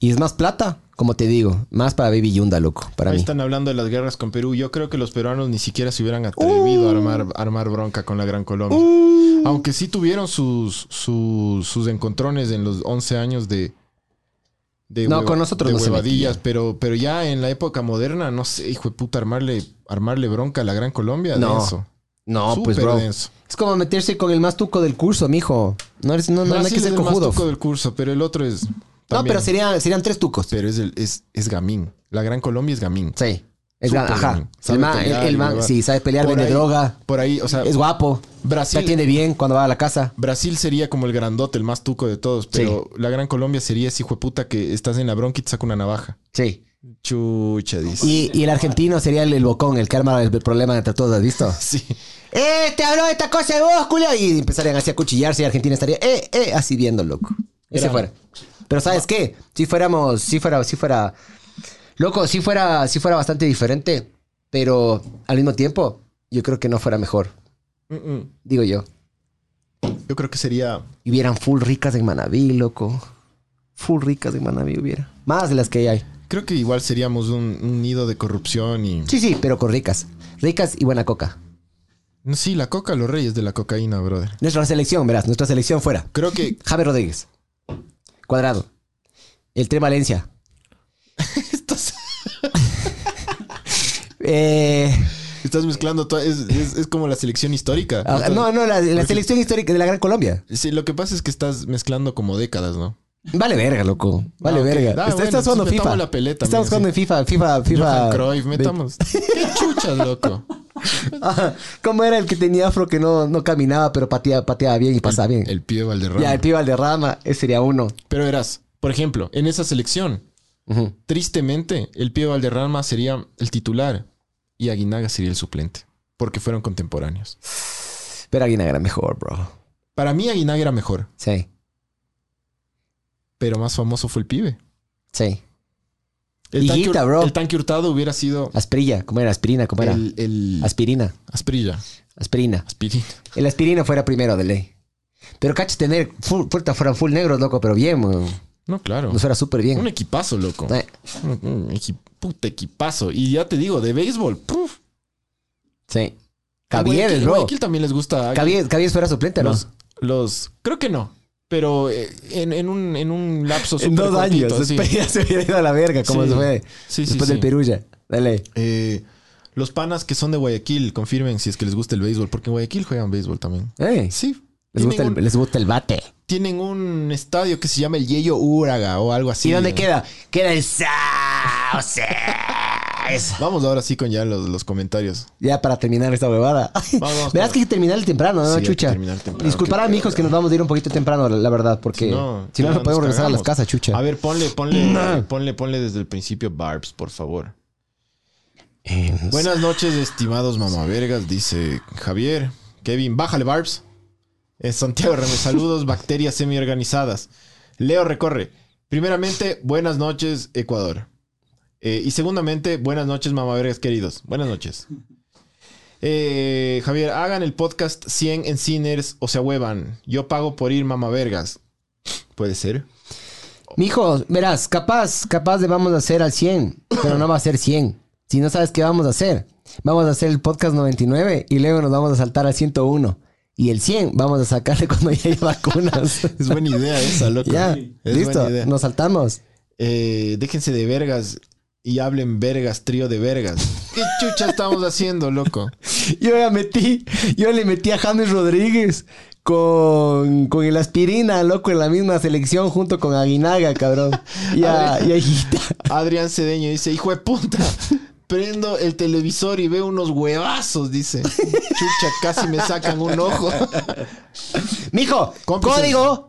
Speaker 4: Y es más plata, como te digo, más para Baby Yunda, loco, para
Speaker 1: Ahí
Speaker 4: mí.
Speaker 1: están hablando de las guerras con Perú. Yo creo que los peruanos ni siquiera se hubieran atrevido
Speaker 4: Uh.
Speaker 1: a armar, armar bronca con la Gran Colombia. Aunque sí tuvieron sus, sus, sus encontrones en los 11 años de... de
Speaker 4: No,
Speaker 1: hueva-
Speaker 4: con nosotros
Speaker 1: de
Speaker 4: no se
Speaker 1: huevadillas,
Speaker 4: metían.
Speaker 1: pero, pero ya en la época moderna, no sé, hijo de puta, armarle, armarle bronca a la Gran Colombia,
Speaker 4: No.
Speaker 1: denso.
Speaker 4: No,
Speaker 1: Súper
Speaker 4: pues, bro.
Speaker 1: denso.
Speaker 4: Es como meterse con el más tuco del curso, mijo. No, eres, no, no, no hay
Speaker 1: Brasil
Speaker 4: que ser
Speaker 1: es Ah, el más
Speaker 4: cojudo.
Speaker 1: tuco del curso, pero el otro es...
Speaker 4: No,
Speaker 1: también-
Speaker 4: pero serían, serían tres tucos.
Speaker 1: Pero es, el, es, es gamín. La Gran Colombia es gamín.
Speaker 4: Sí. Es
Speaker 1: Súper
Speaker 4: gran- ajá.
Speaker 1: bien. Sabe
Speaker 4: el man,
Speaker 1: pelear
Speaker 4: el- el
Speaker 1: y
Speaker 4: man-
Speaker 1: huevar.
Speaker 4: sí, sabe pelear,
Speaker 1: Por
Speaker 4: vende
Speaker 1: ahí-
Speaker 4: droga,
Speaker 1: Por ahí, o sea,
Speaker 4: es guapo, se
Speaker 1: Brasil,
Speaker 4: atiende bien cuando va a la casa.
Speaker 1: Brasil sería como el grandote, el más tuco de todos, pero la Gran Colombia sería ese hijo de puta que estás en la bronca y te saca una navaja.
Speaker 4: Sí.
Speaker 1: Chucha, dice.
Speaker 4: Y, y el argentino sería el, el bocón, el que arma el problema entre todos, ¿has visto?
Speaker 1: Sí.
Speaker 4: ¡Eh, te habló de esta cosa de vos, culo! Y empezarían así a cuchillarse y Argentina estaría, ¡eh, eh! Así viendo, loco. Ese
Speaker 1: Gran.
Speaker 4: fuera. Pero ¿sabes qué? Si fuéramos, si fuera, si fuera... Loco, si fuera, si fuera bastante diferente, pero al mismo tiempo, yo creo que no fuera mejor.
Speaker 1: Mm, mm.
Speaker 4: Digo yo.
Speaker 1: Yo creo que sería.
Speaker 4: Y hubieran full ricas en Manaví, loco. Full ricas en Manaví hubiera. Más de las que hay.
Speaker 1: Creo que igual seríamos un, un nido de corrupción y.
Speaker 4: Sí, sí, pero con ricas. Ricas y buena coca.
Speaker 1: No, Sí, la coca, los reyes de la cocaína, brother.
Speaker 4: Nuestra selección, verás, nuestra selección fuera.
Speaker 1: Creo que.
Speaker 4: Javier Rodríguez. Cuadrado. El Tren Valencia. Eh,
Speaker 1: Estás mezclando todo. Es, es- es como la selección histórica.
Speaker 4: ah, no, no, la, la
Speaker 1: Porque-
Speaker 4: selección histórica de la Gran Colombia.
Speaker 1: Sí, lo que pasa es que estás mezclando como décadas, ¿no?
Speaker 4: Vale verga, loco. Vale
Speaker 1: Ah, ok.
Speaker 4: verga.
Speaker 1: Ah,
Speaker 4: Está-
Speaker 1: bueno,
Speaker 4: estás jugando
Speaker 1: entonces
Speaker 4: FIFA.
Speaker 1: metamos la pelea también,
Speaker 4: estamos jugando en FIFA, FIFA,
Speaker 1: Johan
Speaker 4: FIFA.
Speaker 1: Cruyff, metamos. ¿Qué chuchas, loco?
Speaker 4: Ajá. ¿Cómo era el que tenía afro que no, no caminaba, pero pateaba, pateaba bien y pasaba bien?
Speaker 1: El pie Valderrama.
Speaker 4: ya, el pibe Valderrama, ese sería uno.
Speaker 1: Pero verás, por ejemplo, en esa selección,
Speaker 4: Ujú.
Speaker 1: tristemente, el pie Valderrama sería el titular y Aguinaga sería el suplente, porque fueron contemporáneos.
Speaker 4: Pero Aguinaga era mejor, bro.
Speaker 1: Para mí Aguinaga era mejor,
Speaker 4: Sí,
Speaker 1: pero más famoso fue el pibe.
Speaker 4: sí.
Speaker 1: El,
Speaker 4: Higuita,
Speaker 1: tanque, Hur-
Speaker 4: bro.
Speaker 1: el tanque hurtado hubiera sido
Speaker 4: Asprilla, ¿cómo era? Aspirina, ¿cómo era?
Speaker 1: el, el-
Speaker 4: Aspirina,
Speaker 1: Asprilla.
Speaker 4: aspirina.
Speaker 1: Aspirina.
Speaker 4: El aspirina fuera primero de ley. Pero cacho tener full, puta, fueran full negros, loco, pero bien, weón.
Speaker 1: No, claro.
Speaker 4: nos fuera súper
Speaker 1: Un
Speaker 4: bien.
Speaker 1: equipazo, loco.
Speaker 4: Eh,
Speaker 1: Un, un equi- puta equipazo. Y ya te digo, de béisbol. puf.
Speaker 4: Sí.
Speaker 1: A
Speaker 4: Cavieres,
Speaker 1: Guayaquil-
Speaker 4: bro.
Speaker 1: Guayaquil también les gusta.
Speaker 4: Cavieres Cavieres fuera suplente, ¿no?
Speaker 1: Los, los- creo que no. Pero eh, en, en un, en un lapso
Speaker 4: En dos
Speaker 1: supercortito,
Speaker 4: años.
Speaker 1: sí.
Speaker 4: Después ya se hubiera ido a la verga, como
Speaker 1: Sí.
Speaker 4: se fue.
Speaker 1: Sí, sí,
Speaker 4: después
Speaker 1: sí.
Speaker 4: del Perú ya. Dale.
Speaker 1: Eh, los panas que son de Guayaquil, confirmen si es que les gusta el béisbol, porque en Guayaquil juegan béisbol también.
Speaker 4: Eh,
Speaker 1: Sí,
Speaker 4: Les gusta,
Speaker 1: Tienen
Speaker 4: el,
Speaker 1: un-
Speaker 4: les gusta el bate.
Speaker 1: Tienen un estadio que se llama el Yeyo Uraga o algo así.
Speaker 4: ¿Y dónde
Speaker 1: ¿no?
Speaker 4: queda? Queda el Sauces.
Speaker 1: Vamos ahora sí con ya los, los comentarios.
Speaker 4: Ya para terminar esta huevada.
Speaker 1: vamos,
Speaker 4: Verás
Speaker 1: vamos.
Speaker 4: que hay que terminar temprano, ¿no,
Speaker 1: Sí, hay que
Speaker 4: chucha?
Speaker 1: terminar temprano.
Speaker 4: Disculparán, mijos, que nos vamos a ir un poquito temprano, la, la verdad, porque si no, no,
Speaker 1: nos
Speaker 4: podemos regresar a las
Speaker 1: cagamos.
Speaker 4: casas, chucha.
Speaker 1: A ver, ponle, ponle, ponle, ponle desde el principio Barbs, por favor.
Speaker 4: Eh,
Speaker 1: Buenas noches, estimados mamavergas, dice Javier. Kevin, bájale Barbs. Eh, Santiago Remes, saludos, bacterias semiorganizadas. Leo recorre. Primeramente, buenas noches, Ecuador. Eh, y segundamente, buenas noches, mamavergas queridos. Buenas noches. Eh, Javier, hagan el podcast 100 en Ciners o se huevan. Yo pago por ir, mamavergas. Puede ser.
Speaker 4: Mijo, verás, capaz, capaz de vamos a hacer al 100, pero no va a ser 100. Si no sabes qué vamos a hacer, vamos a hacer el podcast 99 y luego nos vamos a saltar al 101. Y el 100 vamos a sacarle cuando ya haya vacunas.
Speaker 1: Es buena idea esa, loco.
Speaker 4: ya,
Speaker 1: Es
Speaker 4: listo,
Speaker 1: buena idea.
Speaker 4: nos saltamos.
Speaker 1: Eh, déjense de vergas y hablen vergas, trío de vergas. ¿Qué chucha estamos haciendo, loco?
Speaker 4: Yo ya metí, yo le metí a James Rodríguez con, con el aspirina, loco, en la misma selección junto con Aguinaga, cabrón. Y a, y a Higuita.
Speaker 1: Adrián Cedeño dice, hijo de puta, prendo el televisor y veo unos huevazos, dice. Chucha, casi me sacan un ojo.
Speaker 4: Mijo,
Speaker 1: Cómplices.
Speaker 4: código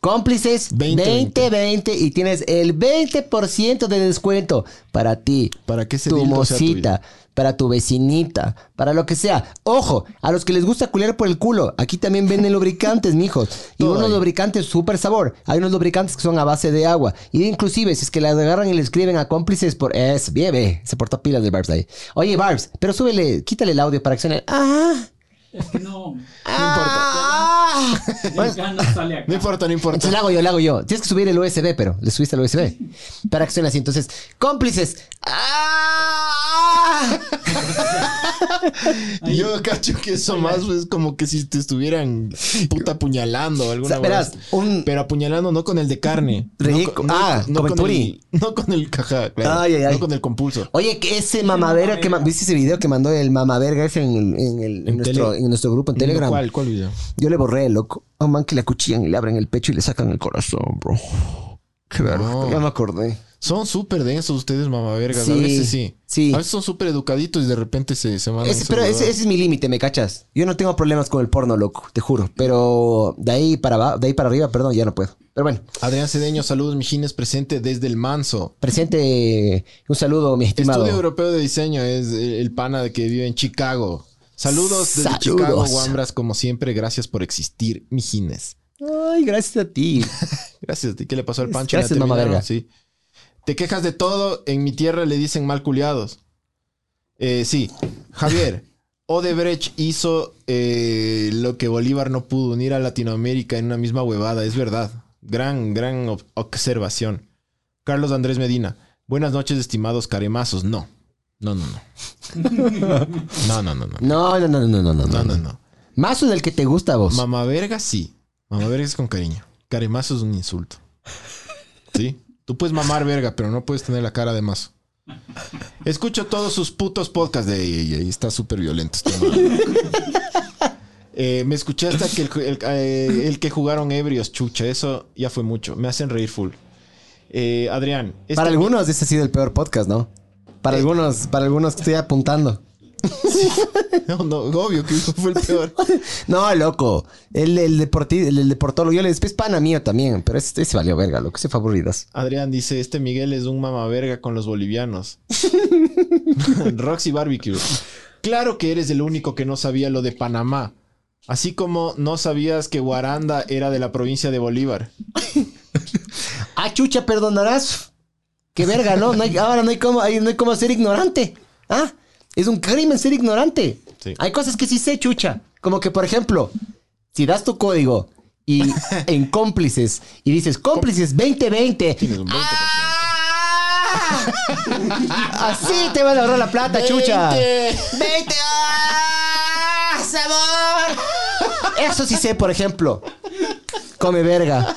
Speaker 4: cómplices
Speaker 1: 2020.
Speaker 4: 2020 y tienes el 20% de descuento para ti,
Speaker 1: Para que ese
Speaker 4: tu
Speaker 1: dildo sea
Speaker 4: mocita, para tu vecinita, para lo que sea. Ojo, a los que les gusta culear por el culo, aquí también venden lubricantes, mijos. Y
Speaker 1: Todo
Speaker 4: unos
Speaker 1: ahí.
Speaker 4: lubricantes súper sabor. Hay unos lubricantes que son a base de agua. Y inclusive, si es que las agarran y le escriben a cómplices por... Es, bien, ve, se portó pilas del Barbs ahí. Oye, Barbs, pero súbele, quítale el audio para que suene... Ah,
Speaker 2: Es que no.
Speaker 4: ah, ah.
Speaker 2: El gano sale acá.
Speaker 1: Pues, No importa, no importa.
Speaker 4: Entonces lo hago yo, lo hago yo. Tienes que subir el USB, pero le subiste el USB. Para que suene así. Entonces, cómplices. ¡Ah!
Speaker 2: Ahí.
Speaker 1: Yo cacho que eso más es como que si te estuvieran puta apuñalando o
Speaker 4: O
Speaker 1: alguna
Speaker 4: sea, verás,
Speaker 1: huevada.
Speaker 4: un.
Speaker 1: Pero apuñalando no con el de carne.
Speaker 4: Rico.
Speaker 1: No,
Speaker 4: Ah,
Speaker 1: no
Speaker 4: como el
Speaker 1: con el,
Speaker 4: Turi.
Speaker 1: no con el caja, claro.
Speaker 4: Ay, ay, ay.
Speaker 1: No con el compulso.
Speaker 4: Oye, que ese mamaverga que ma- viste ese video que mandó el mamaverga ese en, el- en el- en
Speaker 1: En
Speaker 4: nuestro,
Speaker 1: tele-
Speaker 4: en nuestro grupo en Telegram.
Speaker 1: ¿Cuál, cuál video?
Speaker 4: Yo le borré, loco. A un man que le acuchillan y le abren el pecho y le sacan el corazón, bro. Qué verga.
Speaker 1: No.
Speaker 4: Ya me acordé.
Speaker 1: Son súper densos ustedes, mamavergas. A
Speaker 4: Sí,
Speaker 1: veces sí.
Speaker 4: sí.
Speaker 1: A veces son súper educaditos y de repente se, se mandan.
Speaker 4: Ese-
Speaker 1: esas
Speaker 4: pero ese,
Speaker 1: huevadas.
Speaker 4: ese es mi límite, ¿me cachas? Yo no tengo problemas con el porno, loco, te juro. Pero de ahí para abajo, de ahí para arriba, perdón, ya no puedo. Pero bueno.
Speaker 1: Adrián Cedeño, saludos, Mijines, presente desde el Manso.
Speaker 4: Presente, un saludo, mi estimado.
Speaker 1: Estudio Europeo de Diseño es el, el pana de que vive en Chicago. Saludos desde
Speaker 4: Saludos.
Speaker 1: Chicago, Guambras, como siempre. Gracias por existir, Mijines.
Speaker 4: Ay, gracias a ti.
Speaker 1: Gracias. ¿Y ¿Qué le pasó al Pancho?
Speaker 4: Gracias,
Speaker 1: Ya terminaron,
Speaker 4: mamaverga.
Speaker 1: Sí. Te quejas de todo. En mi tierra le dicen mal culiados. Eh, sí. Javier. Odebrecht hizo eh, lo que Bolívar no pudo unir a Latinoamérica en una misma huevada. Es verdad. Gran, gran ob- observación. Carlos Andrés Medina. Buenas noches, estimados caremazos. No. No, no, no. No, no, no, no.
Speaker 4: No, no, no, no, no, no,
Speaker 1: No,
Speaker 4: no.
Speaker 1: no, no.
Speaker 4: Mazo del que te gusta a vos.
Speaker 1: Mamaverga sí. Mamaverga es con cariño. Caremazo es un insulto. ¿Sí? Tú puedes mamar verga, pero no puedes tener la cara de mazo. Escucho todos sus putos podcasts de ey, ey, ey, está súper violento. este man. Eh, me escuché hasta que el, ju- el- eh, el que jugaron ebrios, chucha. Eso ya fue mucho. Me hacen reír full. Eh, Adrián, este-
Speaker 4: para algunos ese ha sido el peor podcast, ¿no? Para algunos, para algunos que estoy apuntando.
Speaker 1: no, no, obvio que fue el peor.
Speaker 4: No, loco. El, el, deporti- el, el deportólogo. Yo le después pana mío también. Pero ese, ese valió verga, loco. Ese fue aburridas.
Speaker 1: Adrián dice, este Miguel es un mamaverga con los bolivianos. Roxy Barbecue. Claro que eres el único que no sabía lo de Panamá. Así como no sabías que Guaranda era de la provincia de Bolívar.
Speaker 4: Ah, chucha, perdonarás. Qué verga, ¿no? No hay- ahora no hay, cómo, ahí no hay cómo ser ignorante. ¿Ah? Es un crimen ser ignorante.
Speaker 1: Sí.
Speaker 4: Hay cosas que sí sé, chucha. Como que, por ejemplo, si das tu código y en cómplices y dices cómplices 2020.
Speaker 1: Tienes un 20%.
Speaker 4: ¡Ah! Así te van a ahorrar la plata, chucha. 20. ¡Ah, sabor! Eso sí sé, por ejemplo. Come verga.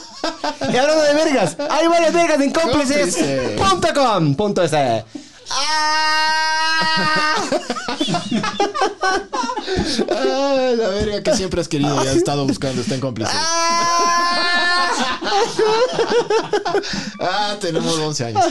Speaker 4: Y hablando de vergas, hay varias vergas en cómplices.com. Punto es, eh. ¡Ah!
Speaker 1: Ah, la verga que siempre has querido y has estado buscando está en cómplice. Ah, tenemos 11 años.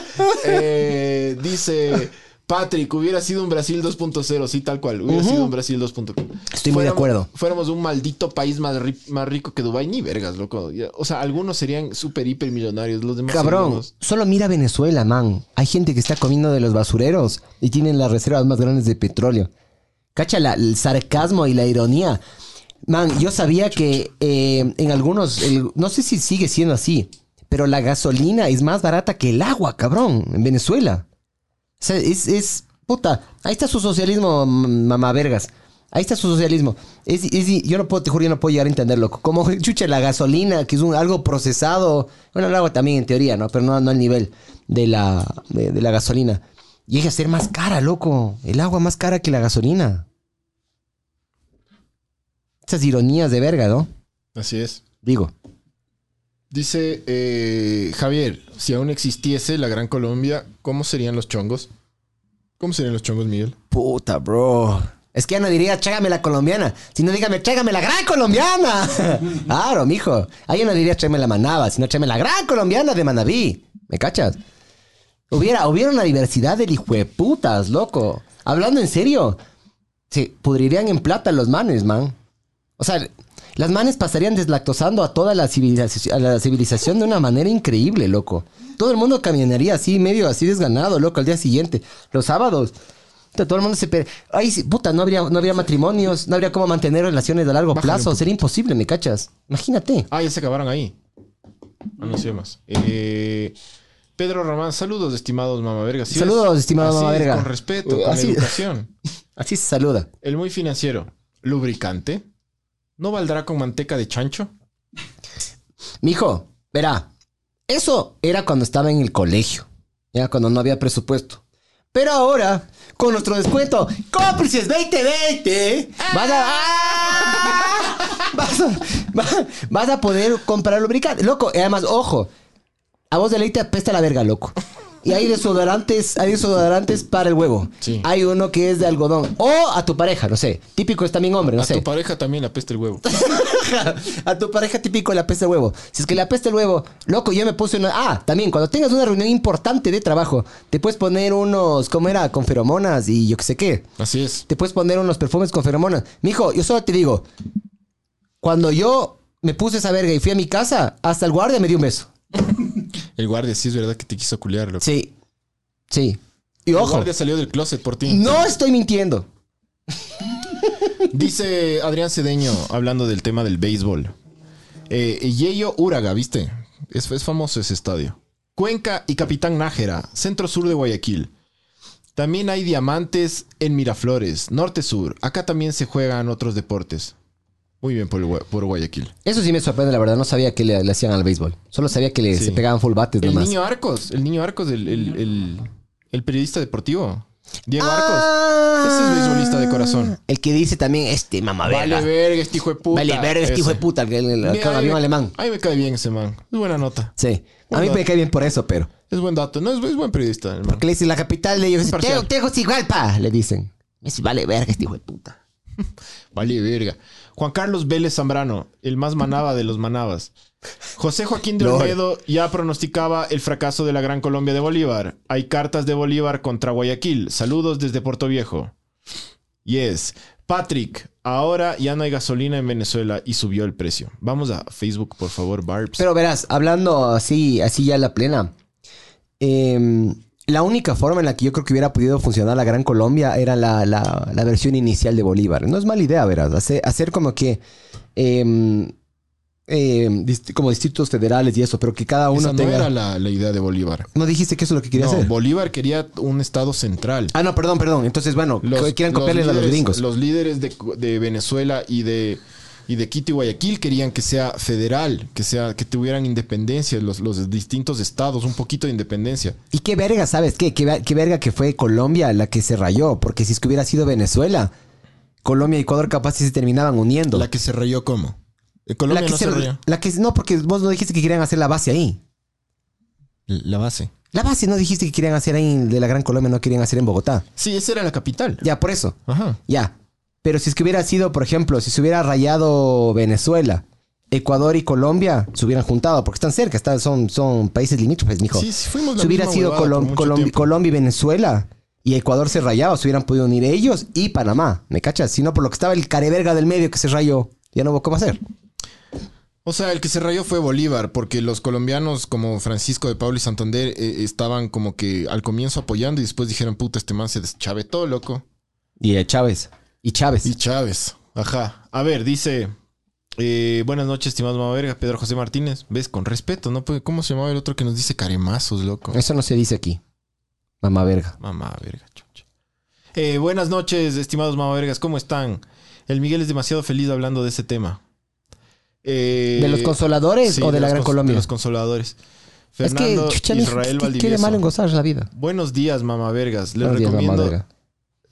Speaker 1: Eh, dice Patrick, hubiera sido un Brasil 2.0, sí, tal cual. Hubiera sido un Brasil 2.0.
Speaker 4: Estoy muy de acuerdo.
Speaker 1: Fuéramos un maldito país más, ri- más rico que Dubai, ni vergas, loco. Ya, O sea, algunos serían súper hiper millonarios, los demás
Speaker 4: Cabrón,
Speaker 1: seríamos-
Speaker 4: solo mira Venezuela, man. Hay gente que está comiendo de los basureros y tienen las reservas más grandes de petróleo. Cacha la- el sarcasmo y la ironía. Man, yo sabía que eh, en algunos, el- no sé si sigue siendo así, pero la gasolina es más barata que el agua, cabrón, en Venezuela. O sea, es, es- puta, ahí está su socialismo, m- mamá vergas. Ahí está su socialismo. Es, es- yo no puedo, te juro, yo no puedo llegar a entenderlo. Como chucha la gasolina, que es un, algo procesado. Bueno, el agua también en teoría, ¿no? Pero no, no al nivel de la, de, de la gasolina. Llega a ser más cara, loco. El agua más cara que la gasolina. Esas ironías de verga, ¿no?
Speaker 1: Así es.
Speaker 4: Digo.
Speaker 1: Dice eh, Javier, si aún existiese la Gran Colombia, ¿cómo serían los chongos? ¿Cómo serían los chongos, Miguel?
Speaker 4: Puta, bro. Es que ya no diría trágame la colombiana, sino dígame trágame la gran colombiana. claro, mijo. Ahí ya no diría tráeme la manaba, sino tráeme la gran colombiana de Manabí. ¿Me cachas? Hubiera, hubiera una diversidad de hijueputas, loco. Hablando en serio, se pudrirían en plata los manes, man. O sea, las manes pasarían deslactosando a toda la civilización, a la civilización de una manera increíble, loco. Todo el mundo caminaría así, medio así desganado, loco, al día siguiente. Los sábados. puta, Todo el mundo se... pe- Ay, sí, puta, no habría, no habría matrimonios, no habría cómo mantener relaciones a largo
Speaker 1: Bájale un
Speaker 4: plazo.
Speaker 1: poquito.
Speaker 4: Sería imposible, ¿me cachas? Imagínate.
Speaker 1: Ah, ya se acabaron ahí. Ah, no sé más. Eh, Pedro Román, saludos, estimados mamavergas. Así
Speaker 4: Saludos, estimado
Speaker 1: Así es,
Speaker 4: mamaverga.
Speaker 1: Con respeto,
Speaker 4: Uh,
Speaker 1: con
Speaker 4: así-
Speaker 1: educación.
Speaker 4: Así se saluda.
Speaker 1: El muy financiero, lubricante. ¿No valdrá con manteca de chancho?
Speaker 4: Mijo, verá, eso era cuando estaba en el colegio, ya cuando no había presupuesto. Pero ahora, con nuestro descuento, cómplices 2020, vas a, ¡Ah! vas, a, va- vas a poder comprar lubricante. Loco, y además, ojo, a vos de ley te apesta la verga, loco. Y hay desodorantes, hay desodorantes para el huevo.
Speaker 1: Sí.
Speaker 4: Hay uno que es de algodón. O a tu pareja, no sé. Típico es también hombre, no
Speaker 1: A
Speaker 4: sé.
Speaker 1: tu pareja también la peste el huevo.
Speaker 4: A tu pareja típico le apesta el huevo. Si es que le apesta el huevo, loco, yo me puse una. Ah, también, cuando tengas una reunión importante de trabajo, te puedes poner unos. ¿Cómo era? Con feromonas y yo qué sé qué.
Speaker 1: Así es.
Speaker 4: Te puedes poner unos perfumes con feromonas. Mijo, yo solo te digo. Cuando yo me puse esa verga y fui a mi casa, hasta el guardia me dio un beso.
Speaker 1: El guardia, sí es verdad que te quiso culiar, loco.
Speaker 4: Sí. Sí. Y
Speaker 1: El
Speaker 4: ojo,
Speaker 1: guardia salió del closet por ti.
Speaker 4: no estoy mintiendo.
Speaker 1: Dice Adrián Cedeño, hablando del tema del béisbol. Eh, Yeyo Uraga, ¿viste? Es, es famoso ese estadio. Cuenca y Capitán Nájera, centro sur de Guayaquil. También hay diamantes en Miraflores, norte sur. Acá también se juegan otros deportes. Muy bien por, el Gua- por Guayaquil.
Speaker 4: Eso sí me sorprende, la verdad. No sabía que le, le hacían al béisbol. Solo sabía que le,
Speaker 1: Sí.
Speaker 4: se pegaban full bates
Speaker 1: El
Speaker 4: nomás.
Speaker 1: niño Arcos, el niño Arcos, el, el- el- el periodista deportivo. Diego Arcos.
Speaker 4: Ah.
Speaker 1: Ese es beisbolista de corazón.
Speaker 4: El que dice también este mamá verga.
Speaker 1: Vale verga, este hijo de puta.
Speaker 4: Vale verga este hijo de puta, el, el, el,
Speaker 1: Ese. Mira, ahí
Speaker 4: camión
Speaker 1: me-
Speaker 4: alemán.
Speaker 1: Ahí me cae bien ese man. Es buena nota.
Speaker 4: Sí. A mí
Speaker 1: Hola.
Speaker 4: me cae bien por eso, pero.
Speaker 1: Es buen dato. No, es, es buen periodista, hermano.
Speaker 4: Que le dicen la capital de ellos.
Speaker 1: Parcial.
Speaker 4: Teo, Teo, Tegucigalpa", le dicen. Me dice, vale verga este hijo de puta.
Speaker 1: Vale, verga. Juan Carlos Vélez Zambrano, el más manaba de los manabas. José Joaquín de
Speaker 4: Lord.
Speaker 1: Olmedo ya pronosticaba el fracaso de la Gran Colombia de Bolívar. Hay cartas de Bolívar contra Guayaquil. Saludos desde Puerto Viejo. Yes. Patrick, ahora ya no hay gasolina en Venezuela y subió el precio. Vamos a Facebook, por favor, Barbs.
Speaker 4: Pero verás, hablando así, así ya a la plena. eh, la única forma en la que yo creo que hubiera podido funcionar la Gran Colombia era la, la- la versión inicial de Bolívar. No es mala idea, verás. Hacer, hacer como que. eh, eh, dist- como distritos federales y eso, pero que cada uno
Speaker 1: Esa no
Speaker 4: tenga.
Speaker 1: era la, la idea de Bolívar.
Speaker 4: ¿No dijiste que eso es lo que quería
Speaker 1: No,
Speaker 4: hacer?
Speaker 1: Bolívar quería un estado central.
Speaker 4: Ah, no, perdón, perdón. Entonces, bueno, que quieran copiarles a los
Speaker 1: líderes-
Speaker 4: gringos.
Speaker 1: Los líderes de, de Venezuela y de, y de Quito y Guayaquil querían que sea federal, que sea que tuvieran independencia los, los distintos estados, un poquito de independencia.
Speaker 4: Y qué verga, ¿sabes qué? qué? ver- qué verga que fue Colombia la que se rayó. Porque si es que hubiera sido Venezuela, Colombia y Ecuador capaz si se terminaban uniendo.
Speaker 1: La que se rayó cómo? Eh, Colombia
Speaker 4: que
Speaker 1: no se, rayó.
Speaker 4: la que- no, porque vos no dijiste que querían hacer la base ahí.
Speaker 1: La base.
Speaker 4: La base no dijiste que querían hacer ahí en- de la Gran Colombia, no querían hacer en Bogotá.
Speaker 1: Sí, esa era la capital.
Speaker 4: Ya, por eso.
Speaker 1: Ajá.
Speaker 4: Ya. Pero si es que hubiera sido, por ejemplo, si se hubiera rayado Venezuela, Ecuador y Colombia se hubieran juntado, porque están cerca, están, son, son países limítrofes, mijo.
Speaker 1: Sí, sí, fuimos la
Speaker 4: si hubiera
Speaker 1: misma
Speaker 4: sido
Speaker 1: huevada por
Speaker 4: Colom-
Speaker 1: mucho
Speaker 4: Colom-
Speaker 1: tiempo.
Speaker 4: Colombia y Venezuela y Ecuador se rayaba, se hubieran podido unir ellos y Panamá, ¿me cachas? Si no, por lo que estaba el careverga del medio que se rayó, ya no hubo cómo hacer.
Speaker 1: O sea, el que se rayó fue Bolívar, porque los colombianos como Francisco de Paula y Santander eh, estaban como que al comienzo apoyando y después dijeron, puta, este man se deschavetó, loco.
Speaker 4: Y eh, Chávez. Y Chávez.
Speaker 1: Y Chávez. Ajá. A ver, dice. eh, buenas noches, estimado mamá verga, Pedro José Martínez. Ves, con respeto, ¿no? Pues, ¿Cómo se llamaba el otro que nos dice caremazos, loco?
Speaker 4: Eso no se dice aquí. Mamá verga.
Speaker 1: Mamá verga, chucha. Eh, buenas noches, estimados mamá vergas, ¿cómo están? El Miguel es demasiado feliz hablando de ese tema. Eh,
Speaker 4: ¿De los consoladores
Speaker 1: sí,
Speaker 4: o de, la
Speaker 1: los
Speaker 4: Gran
Speaker 1: cons-
Speaker 4: Colombia?
Speaker 1: De los consoladores.
Speaker 4: es que,
Speaker 1: Fernando
Speaker 4: chucha, mijo,
Speaker 1: Israel
Speaker 4: ¿qué- ¿qué, qué de
Speaker 1: Valdivieso.
Speaker 4: malo en gozar la vida?
Speaker 1: Buenos días, mamá vergas. Les
Speaker 4: Buenos días, mamá
Speaker 1: recomiendo
Speaker 4: verga.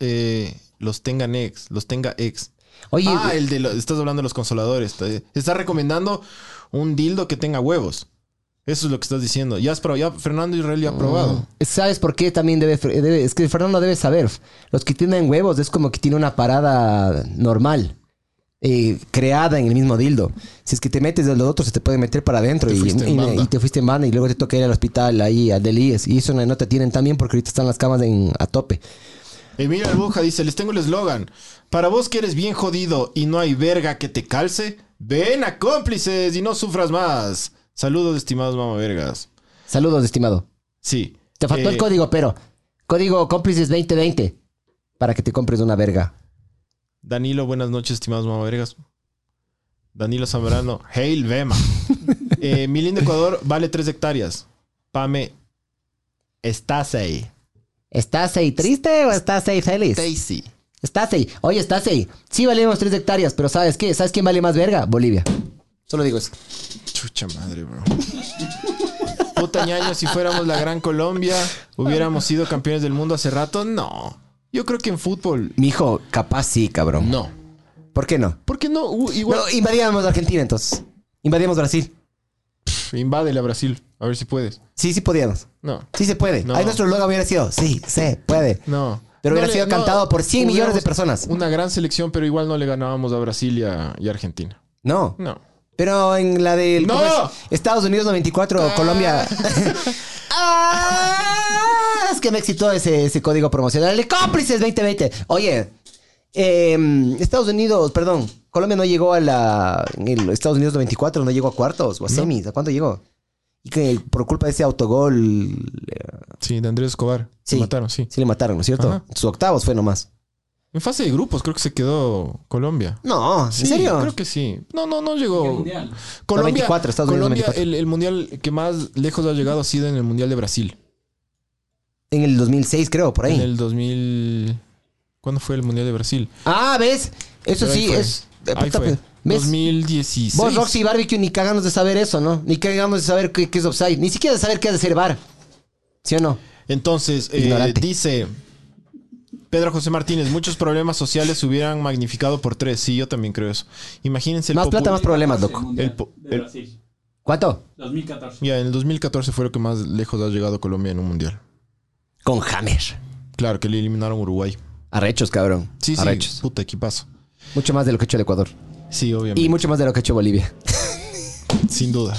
Speaker 1: eh, los tengan ex, los tenga ex.
Speaker 4: Oye,
Speaker 1: ah, el de lo- estás hablando de los consoladores. Está, está recomendando un dildo que tenga huevos. Eso es lo que estás diciendo. Ya has probado, ya Fernando Israel ya ha probado.
Speaker 4: Mm. ¿Sabes por qué también debe, debe- Es que Fernando debe saber. Los que tienen huevos es como que tiene una parada normal. eh, creada en el mismo dildo. Si es que te metes del otro, se te puede meter para adentro
Speaker 1: Te
Speaker 4: y,
Speaker 1: fuiste en
Speaker 4: y-
Speaker 1: banda.
Speaker 4: y te fuiste en banda y luego te toca ir al hospital ahí, al del IES. Y eso no, no te tienen tan bien porque ahorita están las camas en- a tope.
Speaker 1: Emilio Albuja dice, les tengo el eslogan. Para vos que eres bien jodido y no hay verga que te calce, ven a cómplices y no sufras más. Saludos, estimados mamavergas.
Speaker 4: Saludos, estimado.
Speaker 1: Sí.
Speaker 4: Te faltó
Speaker 1: Eh,
Speaker 4: el código, pero. Código cómplices 2020 para que te compres una verga.
Speaker 1: Danilo, buenas noches, estimados mamavergas. Danilo Zambrano, Hail Vema. eh, mi lindo Ecuador vale 3 hectáreas. Pame, estás ahí.
Speaker 4: ¿Estás ahí triste o estás ahí feliz?
Speaker 1: Stacy.
Speaker 4: Estás ahí. Oye, estás ahí. Sí valemos 3 hectáreas, pero ¿sabes qué? ¿Sabes quién vale más verga? Bolivia. Solo digo eso.
Speaker 1: Chucha madre, bro. Puta ñaño, si fuéramos la Gran Colombia, hubiéramos sido campeones del mundo hace rato. No. Yo creo que en fútbol,
Speaker 4: Mijo, capaz sí, cabrón.
Speaker 1: no.
Speaker 4: ¿Por qué no?
Speaker 1: ¿Por qué no? U- igual.
Speaker 4: No, invadíamos Argentina entonces. Invadíamos Brasil.
Speaker 1: Pff, invádele a Brasil. A ver si puedes.
Speaker 4: Sí, sí podíamos.
Speaker 1: No.
Speaker 4: Sí se puede.
Speaker 1: No.
Speaker 4: Ahí nuestro logo hubiera sido. Sí, se puede.
Speaker 1: No.
Speaker 4: Pero
Speaker 1: No
Speaker 4: hubiera
Speaker 1: le-
Speaker 4: sido
Speaker 1: no,
Speaker 4: cantado por 100 millones de
Speaker 1: hubiéramos
Speaker 4: personas.
Speaker 1: Una gran selección, pero igual no le ganábamos a Brasil y a, y a Argentina.
Speaker 4: No.
Speaker 1: No.
Speaker 4: Pero en la del.
Speaker 1: ¡No!
Speaker 4: ¿cómo es? Estados Unidos 94, Colombia. Ah, es que me excitó ese, ese código promocional. El de cómplices 2020. Oye, em, Estados Unidos, perdón. Colombia no llegó a la. en el Estados Unidos 94 no llegó a cuartos o a semis. ¿A cuánto llegó? Y que por culpa de ese autogol. eh,
Speaker 1: Sí, de Andrés Escobar.
Speaker 4: Sí.
Speaker 1: Se mataron, sí.
Speaker 4: Sí le mataron, ¿no es cierto?
Speaker 1: Ajá.
Speaker 4: Sus octavos fue nomás.
Speaker 1: En fase de grupos creo que se quedó Colombia.
Speaker 4: No, ¿en
Speaker 1: Sí,
Speaker 4: serio?
Speaker 1: Creo que sí. No, no, no llegó.
Speaker 2: El mundial.
Speaker 1: Colombia,
Speaker 4: 94, Estados Unidos
Speaker 1: Colombia
Speaker 4: 94.
Speaker 1: El, el mundial que más lejos ha llegado ha sido en el mundial de Brasil.
Speaker 4: En el 2006, creo, por ahí.
Speaker 1: En el 2000. ¿Cuándo fue el mundial de Brasil?
Speaker 4: Ah, ¿ves? Eso
Speaker 1: Pero ahí
Speaker 4: sí
Speaker 1: fue.
Speaker 4: es. eh,
Speaker 1: Ahí
Speaker 4: puta,
Speaker 1: fue.
Speaker 4: ¿Ves?
Speaker 1: 2016.
Speaker 4: Vos, Roxy y Barbecue, ni cagamos de saber eso, ¿no? Ni cagamos de saber qué, qué es offside. Ni siquiera de saber qué es de ser bar. ¿Sí o no?
Speaker 1: Entonces, eh,
Speaker 4: Ignorante.
Speaker 1: dice Pedro José Martínez, muchos problemas sociales se hubieran magnificado por tres. Sí, yo también creo eso. Imagínense el
Speaker 4: Más
Speaker 1: popul-
Speaker 4: plata, más problemas,
Speaker 2: El
Speaker 4: loco.
Speaker 2: Mundial
Speaker 1: El po-
Speaker 2: de
Speaker 1: el-
Speaker 2: Brasil,
Speaker 4: ¿Cuánto?
Speaker 2: 2014.
Speaker 1: Ya, en el 2014 fue lo que más lejos ha llegado Colombia en un mundial.
Speaker 4: Con Hammer.
Speaker 1: Claro, que le eliminaron a Uruguay.
Speaker 4: Arrechos, cabrón.
Speaker 1: Sí, sí,
Speaker 4: Arrechos.
Speaker 1: puta equipazo.
Speaker 4: Mucho más de lo que ha hecho el Ecuador.
Speaker 1: Sí, obviamente.
Speaker 4: Y mucho más de lo que ha hecho Bolivia.
Speaker 1: Sin duda.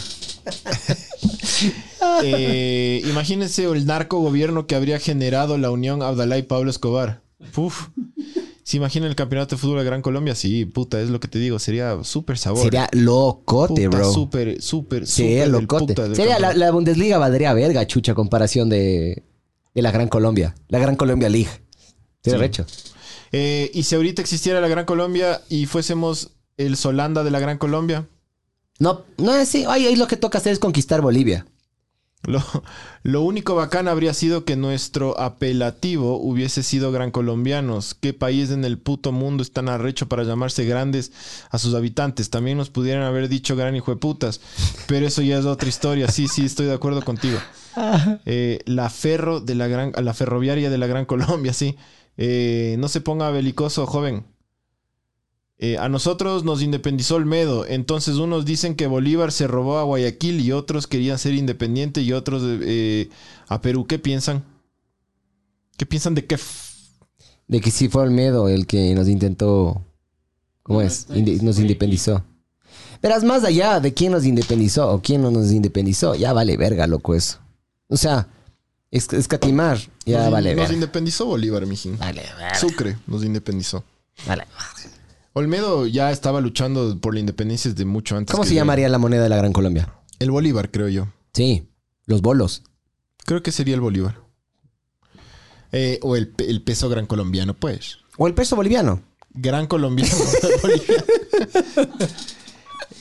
Speaker 1: Eh, imagínense el narco gobierno que habría generado la unión Abdalá y Pablo Escobar. Uf. ¿Se imagina el campeonato de fútbol de Gran Colombia? Sí, puta, es lo que te digo. Sería súper sabor.
Speaker 4: Sería locote,
Speaker 1: Puta,
Speaker 4: bro.
Speaker 1: Súper, súper,
Speaker 4: Sería
Speaker 1: súper del
Speaker 4: locote.
Speaker 1: puta del
Speaker 4: Sería la,
Speaker 1: campeonato.
Speaker 4: la Bundesliga valdría verga, chucha, a comparación de, de la Gran Colombia. La Gran Colombia League. Sería
Speaker 1: Sí.
Speaker 4: arrecho.
Speaker 1: Eh, y si ahorita existiera la Gran Colombia y fuésemos el Solanda de la Gran Colombia,
Speaker 4: No, no es así. Ay, ahí lo que toca hacer es conquistar Bolivia.
Speaker 1: lo, lo único bacán habría sido que nuestro apelativo hubiese sido Gran Colombianos. ¿Qué país en el puto mundo es tan arrecho para llamarse grandes a sus habitantes? También nos pudieran haber dicho gran hijo de putas, pero eso ya es otra historia. Sí, sí, estoy de acuerdo contigo. Eh, la ferro de la gran, la ferroviaria de la Gran Colombia, sí. Eh, no se ponga belicoso, joven. Eh, a nosotros nos independizó Olmedo, entonces unos dicen que Bolívar se robó a Guayaquil y otros querían ser independiente y otros eh, a Perú. ¿Qué piensan? ¿Qué piensan de qué? f-
Speaker 4: De que sí fue Olmedo el que nos intentó. ¿Cómo es? Inde- nos independizó. Verás, más allá de quién nos independizó o quién no nos independizó, ya vale verga, loco, eso. O sea, es- escatimar, ya
Speaker 1: nos, in-
Speaker 4: vale
Speaker 1: nos
Speaker 4: verga.
Speaker 1: independizó Bolívar, mijín.
Speaker 4: Vale verga.
Speaker 1: Sucre nos independizó.
Speaker 4: vale verga.
Speaker 1: Olmedo ya estaba luchando por la independencia desde mucho antes.
Speaker 4: ¿Cómo
Speaker 1: que
Speaker 4: se
Speaker 1: yo.
Speaker 4: llamaría la moneda de la Gran Colombia?
Speaker 1: El Bolívar, creo yo.
Speaker 4: Sí, los bolos.
Speaker 1: Creo que sería el Bolívar. Eh, o el, pe- el peso gran colombiano, pues.
Speaker 4: O el peso boliviano.
Speaker 1: Gran colombiano. Bolívar.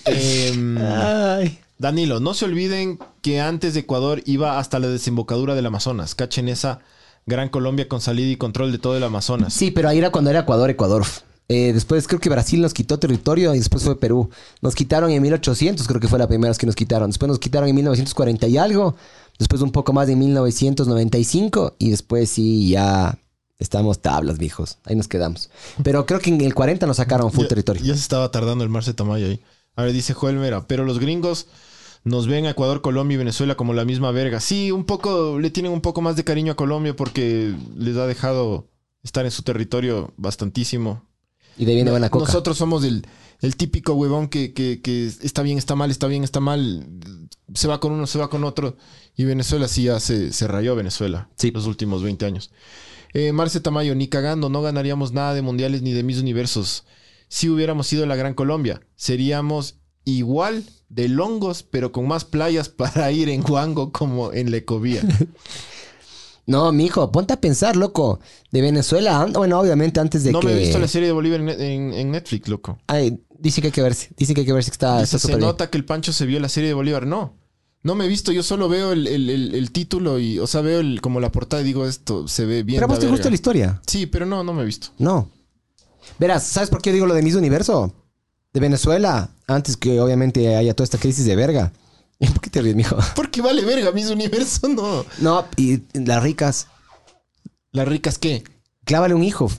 Speaker 1: Em,
Speaker 4: Ah, Ay.
Speaker 1: Danilo, no se olviden que antes de Ecuador iba hasta la desembocadura del Amazonas. Cachen esa Gran Colombia con salida y control de todo el Amazonas.
Speaker 4: Sí, pero ahí era cuando era Ecuador, Ecuador. Eh, después creo que Brasil nos quitó territorio y después fue Perú. Nos quitaron en 1800, creo que fue la primera vez que nos quitaron. Después nos quitaron en 1940 y algo. Después un poco más en 1995 y después sí ya estamos tablas, viejos. Ahí nos quedamos. Pero creo que en el 40 nos sacaron full
Speaker 1: Ya-
Speaker 4: territorio.
Speaker 1: Ya se estaba tardando el Marce Tamayo ahí. A ver, dice Joel Mera, pero los gringos nos ven a Ecuador, Colombia y Venezuela como la misma verga. Sí, un poco, le tienen un poco más de cariño a Colombia porque les ha dejado estar en su territorio bastantísimo.
Speaker 4: Y de bien de buena coca.
Speaker 1: Nosotros somos el, el típico huevón que, que- que está bien, está mal, está bien, está mal. Se va con uno, se va con otro. Y Venezuela sí ya se, se rayó Venezuela
Speaker 4: Sí.
Speaker 1: los últimos 20 años. Eh, Marce Tamayo, ni cagando, no ganaríamos nada de mundiales ni de mis universos. Si hubiéramos sido la Gran Colombia, seríamos igual de longos, pero con más playas para ir en Huango como en Lecovía.
Speaker 4: No, mijo, ponte a pensar, loco. De Venezuela, an- bueno, obviamente antes de
Speaker 1: No
Speaker 4: que...
Speaker 1: me he visto la serie de Bolívar en, en- en Netflix, loco.
Speaker 4: Ay, dice que hay que verse. Dice que hay que verse que está
Speaker 1: Dice,
Speaker 4: Ah, está
Speaker 1: se
Speaker 4: súper bien.
Speaker 1: nota que el Pancho se vio la serie de Bolívar. No, no me he visto. Yo solo veo el, el- el- el título y, o sea, veo el- como la portada y digo, esto se ve bien.
Speaker 4: Pero a vos
Speaker 1: la
Speaker 4: te
Speaker 1: verga".
Speaker 4: gusta la historia.
Speaker 1: Sí, pero no, no me he visto.
Speaker 4: No. Verás, ¿sabes por qué digo lo de Miss Universo? De Venezuela, antes que obviamente haya toda esta crisis de verga. ¿Por qué te ríes, mijo?
Speaker 1: Porque vale verga, mis universo, no.
Speaker 4: No, y las ricas,
Speaker 1: ¿Las ricas qué?
Speaker 4: clávale un hijo.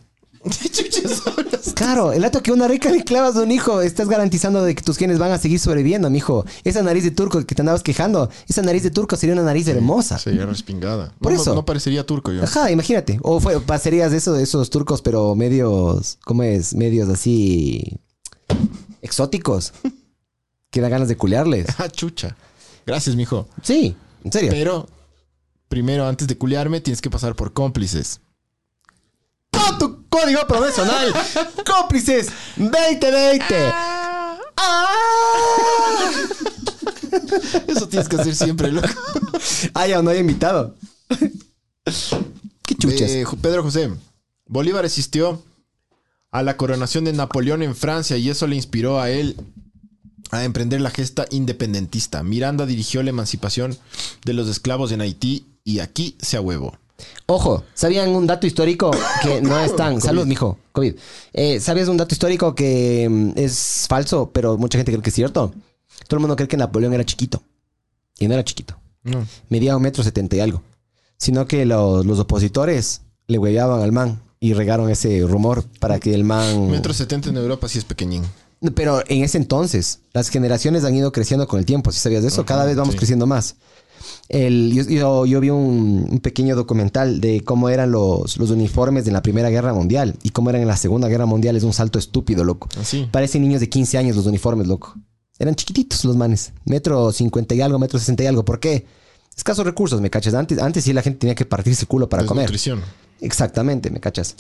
Speaker 1: Chuchas solas.
Speaker 4: Claro, el dato que a una rica le clavas un hijo, estás garantizando de que tus genes van a seguir sobreviviendo, mijo. Esa nariz de turco que te andabas quejando, esa nariz de turco sería una nariz hermosa.
Speaker 1: Sería respingada.
Speaker 4: Por
Speaker 1: No,
Speaker 4: eso.
Speaker 1: No parecería turco yo.
Speaker 4: Ajá, imagínate. O fue, pasarías de eso, de esos turcos, pero medios, ¿cómo es? Medios así exóticos. Que da ganas de culearles.
Speaker 1: Ah, chucha. Gracias, mijo.
Speaker 4: Sí, en serio.
Speaker 1: Pero primero, antes de culiarme, tienes que pasar por cómplices.
Speaker 4: Con ¡Ah, tu código promocional, cómplices 2020. Ah.
Speaker 1: Eso tienes que hacer siempre, loco.
Speaker 4: Ay, aún Ah, no hay invitado. Qué chuches.
Speaker 1: Eh, Ju- Pedro José, Bolívar asistió a la coronación de Napoleón en Francia y eso le inspiró a él a emprender la gesta independentista. Miranda dirigió la emancipación de los esclavos en Haití y aquí se ahuevó.
Speaker 4: Ojo, ¿sabían un dato histórico que no es tan... Salud, mijo. COVID. Eh, ¿Sabías un dato histórico que mm, es falso, pero mucha gente cree que es cierto? Todo el mundo cree que Napoleón era chiquito. Y no era chiquito. Medía un metro setenta y algo. Sino que los, los opositores le hueveaban al man y regaron ese rumor para que el man...
Speaker 1: Metro setenta en Europa sí es pequeñín.
Speaker 4: Pero en ese entonces, las generaciones han ido creciendo con el tiempo, si sabías de eso, cada vez vamos
Speaker 1: sí.
Speaker 4: creciendo más. El, yo, yo- yo vi un, un pequeño documental de cómo eran los, los uniformes en la Primera Guerra Mundial y cómo eran en la Segunda Guerra Mundial. Es un salto estúpido, loco.
Speaker 1: Así.
Speaker 4: Parecen niños de 15 años los uniformes, loco. Eran chiquititos los manes. Metro 50 y algo, metro 60 y algo. ¿Por qué? Escasos recursos, ¿me cachas? Antes, antes sí la gente tenía que partirse el culo para comer.
Speaker 1: Desnutrición.
Speaker 4: Exactamente, ¿me cachas?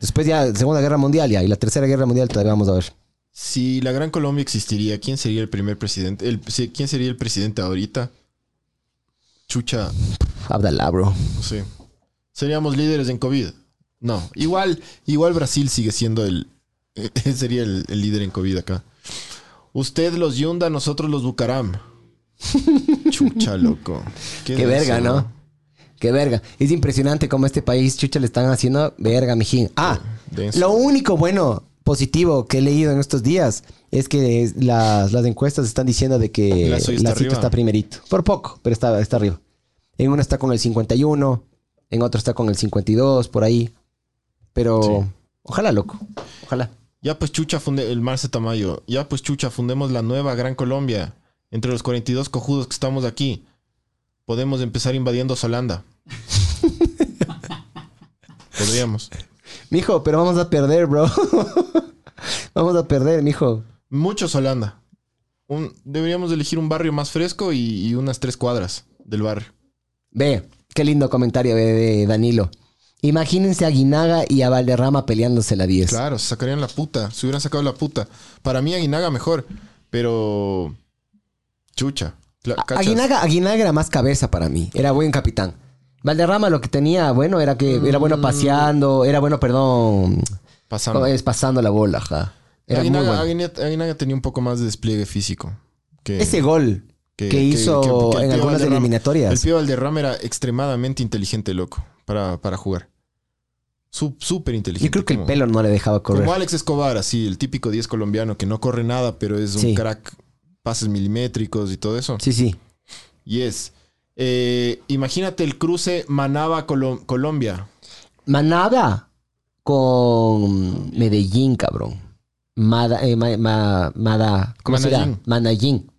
Speaker 4: Después ya Segunda Guerra Mundial ya, y la Tercera Guerra Mundial todavía vamos a ver.
Speaker 1: Si la Gran Colombia existiría, ¿quién sería el primer presidente? El- si- ¿Quién sería el presidente ahorita? Chucha,
Speaker 4: Abdalá, bro.
Speaker 1: no sé. Pues ¿Seríamos líderes en COVID? No. Igual, igual Brasil sigue siendo el. sería el, el líder en COVID acá. Usted los Yunda, nosotros los Bucaram. Chucha, loco.
Speaker 4: Qué verga,
Speaker 1: denso,
Speaker 4: ¿no? Qué verga. Es impresionante cómo este país, chucha, le están haciendo verga, mijín. Ah,
Speaker 1: Denso.
Speaker 4: lo único bueno, positivo que he leído en estos días es que es- las, las encuestas están diciendo de que
Speaker 1: Lazo ya está
Speaker 4: la cita
Speaker 1: arriba.
Speaker 4: está primerito. Por poco, pero está, está arriba. En una está con el 51, en otra está con el 52, por ahí. Pero
Speaker 1: Sí.
Speaker 4: ojalá, loco. Ojalá.
Speaker 1: Ya pues chucha, funde el Marce Tamayo. Ya pues chucha, fundemos la nueva Gran Colombia. Entre los 42 cojudos que estamos aquí, podemos empezar invadiendo Solanda. Podríamos.
Speaker 4: Mijo, pero vamos a perder, bro. vamos a perder, mijo.
Speaker 1: Mucho Solanda. Un- deberíamos elegir un barrio más fresco y, y unas tres cuadras del barrio.
Speaker 4: Ve, qué lindo comentario ve, de Danilo. Imagínense a Guinaga y a Valderrama peleándose la 10.
Speaker 1: Claro, se sacarían la puta. Se hubieran sacado la puta. Para mí Aguinaga mejor, pero... Chucha. Cla-
Speaker 4: A-
Speaker 1: ¿cachas?
Speaker 4: Aguinaga, Aguinaga era más cabeza para mí. Era buen capitán. Valderrama lo que tenía, bueno, era que era
Speaker 1: Mm.
Speaker 4: bueno paseando, era bueno, perdón,
Speaker 1: Pasando.
Speaker 4: es pasando la bola, ajá. Era muy
Speaker 1: Aguinaga,
Speaker 4: bueno.
Speaker 1: Aguinet- Aguinaga tenía un poco más de despliegue físico. Que,
Speaker 4: Ese gol que, hizo
Speaker 1: que- que el
Speaker 4: en
Speaker 1: Pío
Speaker 4: algunas
Speaker 1: Valderrama- El
Speaker 4: eliminatorias.
Speaker 1: Pío Valderrama era extremadamente inteligente, loco, para, para jugar. Su- Súper inteligente.
Speaker 4: Yo creo que el
Speaker 1: como-
Speaker 4: pelo no le dejaba correr.
Speaker 1: Como Alex Escobar, así, el típico 10 colombiano que no corre nada, pero es un
Speaker 4: Sí.
Speaker 1: crack. Pases milimétricos y todo eso.
Speaker 4: Sí, sí.
Speaker 1: Yes. Eh, imagínate el cruce Manaba-Colombia.
Speaker 4: Manada con Medellín, cabrón. Mada, eh, ma- ma- mada- ¿cómo será?
Speaker 1: Manayín.
Speaker 4: Manayín.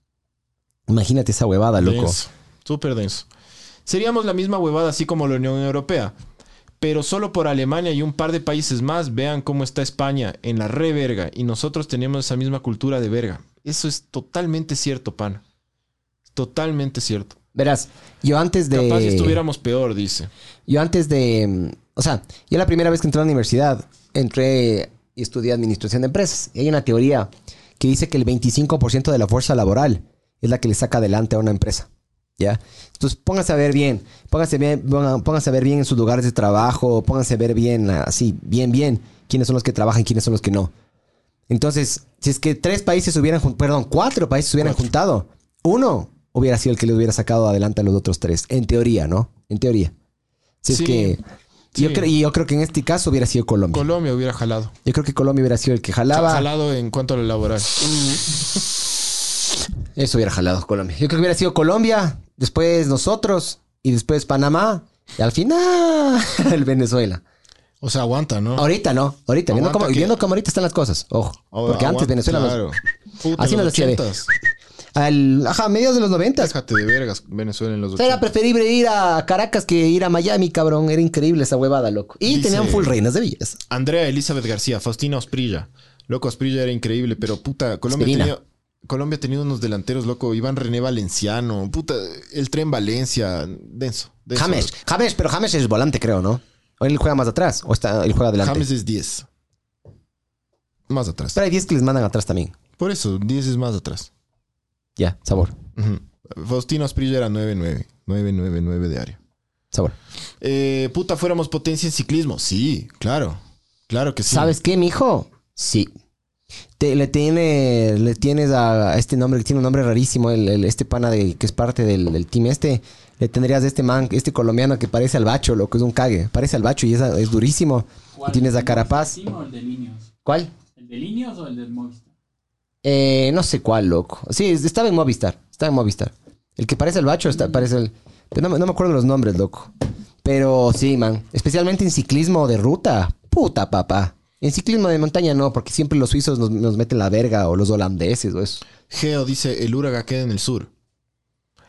Speaker 4: Imagínate esa huevada, loco.
Speaker 1: Denso, Súper denso. Seríamos la misma huevada así como la Unión Europea. Pero solo por Alemania y un par de países más, vean cómo está España en la re verga. Y nosotros tenemos esa misma cultura de verga. Eso es totalmente cierto, pana. Totalmente cierto.
Speaker 4: Verás, yo antes de.
Speaker 1: Capaz si estuviéramos peor, dice.
Speaker 4: Yo antes de... mm, O sea, yo la primera vez que entré a la universidad, entré y estudié administración de empresas. Y hay una teoría que dice que el 25% de la fuerza laboral es la que le saca adelante a una empresa. ¿Ya? Entonces pónganse a ver bien, pónganse, bien, ponga- pónganse a ver bien en sus lugares de trabajo, pónganse a ver bien, así, bien, bien, quiénes son los que trabajan, quiénes son los que no. Entonces, si es que tres países hubieran, jun- perdón, cuatro países hubieran juntado, uno hubiera sido el que le hubiera sacado adelante a los otros tres, en teoría, ¿no? En teoría. Si
Speaker 1: Sí,
Speaker 4: es que. Yo
Speaker 1: sí.
Speaker 4: creo, y yo creo que en este caso hubiera sido Colombia.
Speaker 1: Colombia hubiera jalado.
Speaker 4: yo creo que Colombia hubiera sido el que jalaba.
Speaker 1: Jalado en cuanto a lo laboral.
Speaker 4: Eso hubiera jalado Colombia. Yo creo que hubiera sido Colombia, después nosotros, y después Panamá, y al final el Venezuela.
Speaker 1: O sea, aguanta, ¿no?
Speaker 4: Ahorita no, ahorita. Viendo
Speaker 1: Aguanta
Speaker 4: cómo,
Speaker 1: que-
Speaker 4: viendo cómo ahorita están las cosas. Ojo.
Speaker 1: Ahora,
Speaker 4: porque antes
Speaker 1: Oh, aguanta,
Speaker 4: Venezuela. nos-
Speaker 1: claro. Puta,
Speaker 4: Así
Speaker 1: los
Speaker 4: nos hacía de-
Speaker 1: 80s.
Speaker 4: al, ajá, mediados de los noventas.
Speaker 1: Déjate de vergas, Venezuela en los
Speaker 4: O sea, era
Speaker 1: 80s.
Speaker 4: preferible ir a Caracas que ir a Miami, cabrón. Era increíble esa huevada, loco. Y
Speaker 1: Dice-
Speaker 4: tenían full reinas de villas.
Speaker 1: Andrea Elizabeth García, Faustina Osprilla. Loco, Osprilla era increíble, pero puta, Colombia
Speaker 4: Espirina.
Speaker 1: tenía, Colombia tenía unos delanteros, loco. Iván René Valenciano, puta, el tren Valencia, denso. denso.
Speaker 4: James, James, pero James es volante, creo, ¿no? O él juega más atrás, o está, él juega adelante.
Speaker 1: James es 10. Más atrás.
Speaker 4: Pero hay 10 que les mandan atrás también.
Speaker 1: Por eso, 10 es más atrás.
Speaker 4: Ya, sabor,
Speaker 1: Ujú. Faustino Osprilla era 9-9. 9-9-9 de área.
Speaker 4: sabor.
Speaker 1: Eh, puta, fuéramos potencia en ciclismo. Sí, claro. Claro que sí.
Speaker 4: ¿Sabes qué, mijo? Sí. Te- le, tiene, le tienes a, a este nombre, que tiene un nombre rarísimo, el, el- este pana de, que es parte del, del team este. Le tendrías a este man, este colombiano que parece al bacho, lo que es un cague. Parece al bacho y es, es durísimo.
Speaker 2: ¿Cuál?
Speaker 4: Tienes a
Speaker 2: ¿El de
Speaker 4: Carapaz.
Speaker 2: Martín o el de Linios?
Speaker 4: ¿Cuál?
Speaker 2: ¿El de Linios o el de Movistar?
Speaker 4: Eh, no sé cuál, loco. Sí, es- estaba en Movistar. Estaba en Movistar. El que parece el bacho está, parece el. pero no, me- no me acuerdo los nombres, loco. Pero sí, man. Especialmente en ciclismo de ruta. Puta, papá. En ciclismo de montaña no, porque siempre los suizos nos, nos meten la verga o los holandeses o eso.
Speaker 1: Geo dice, el huracán queda en el sur.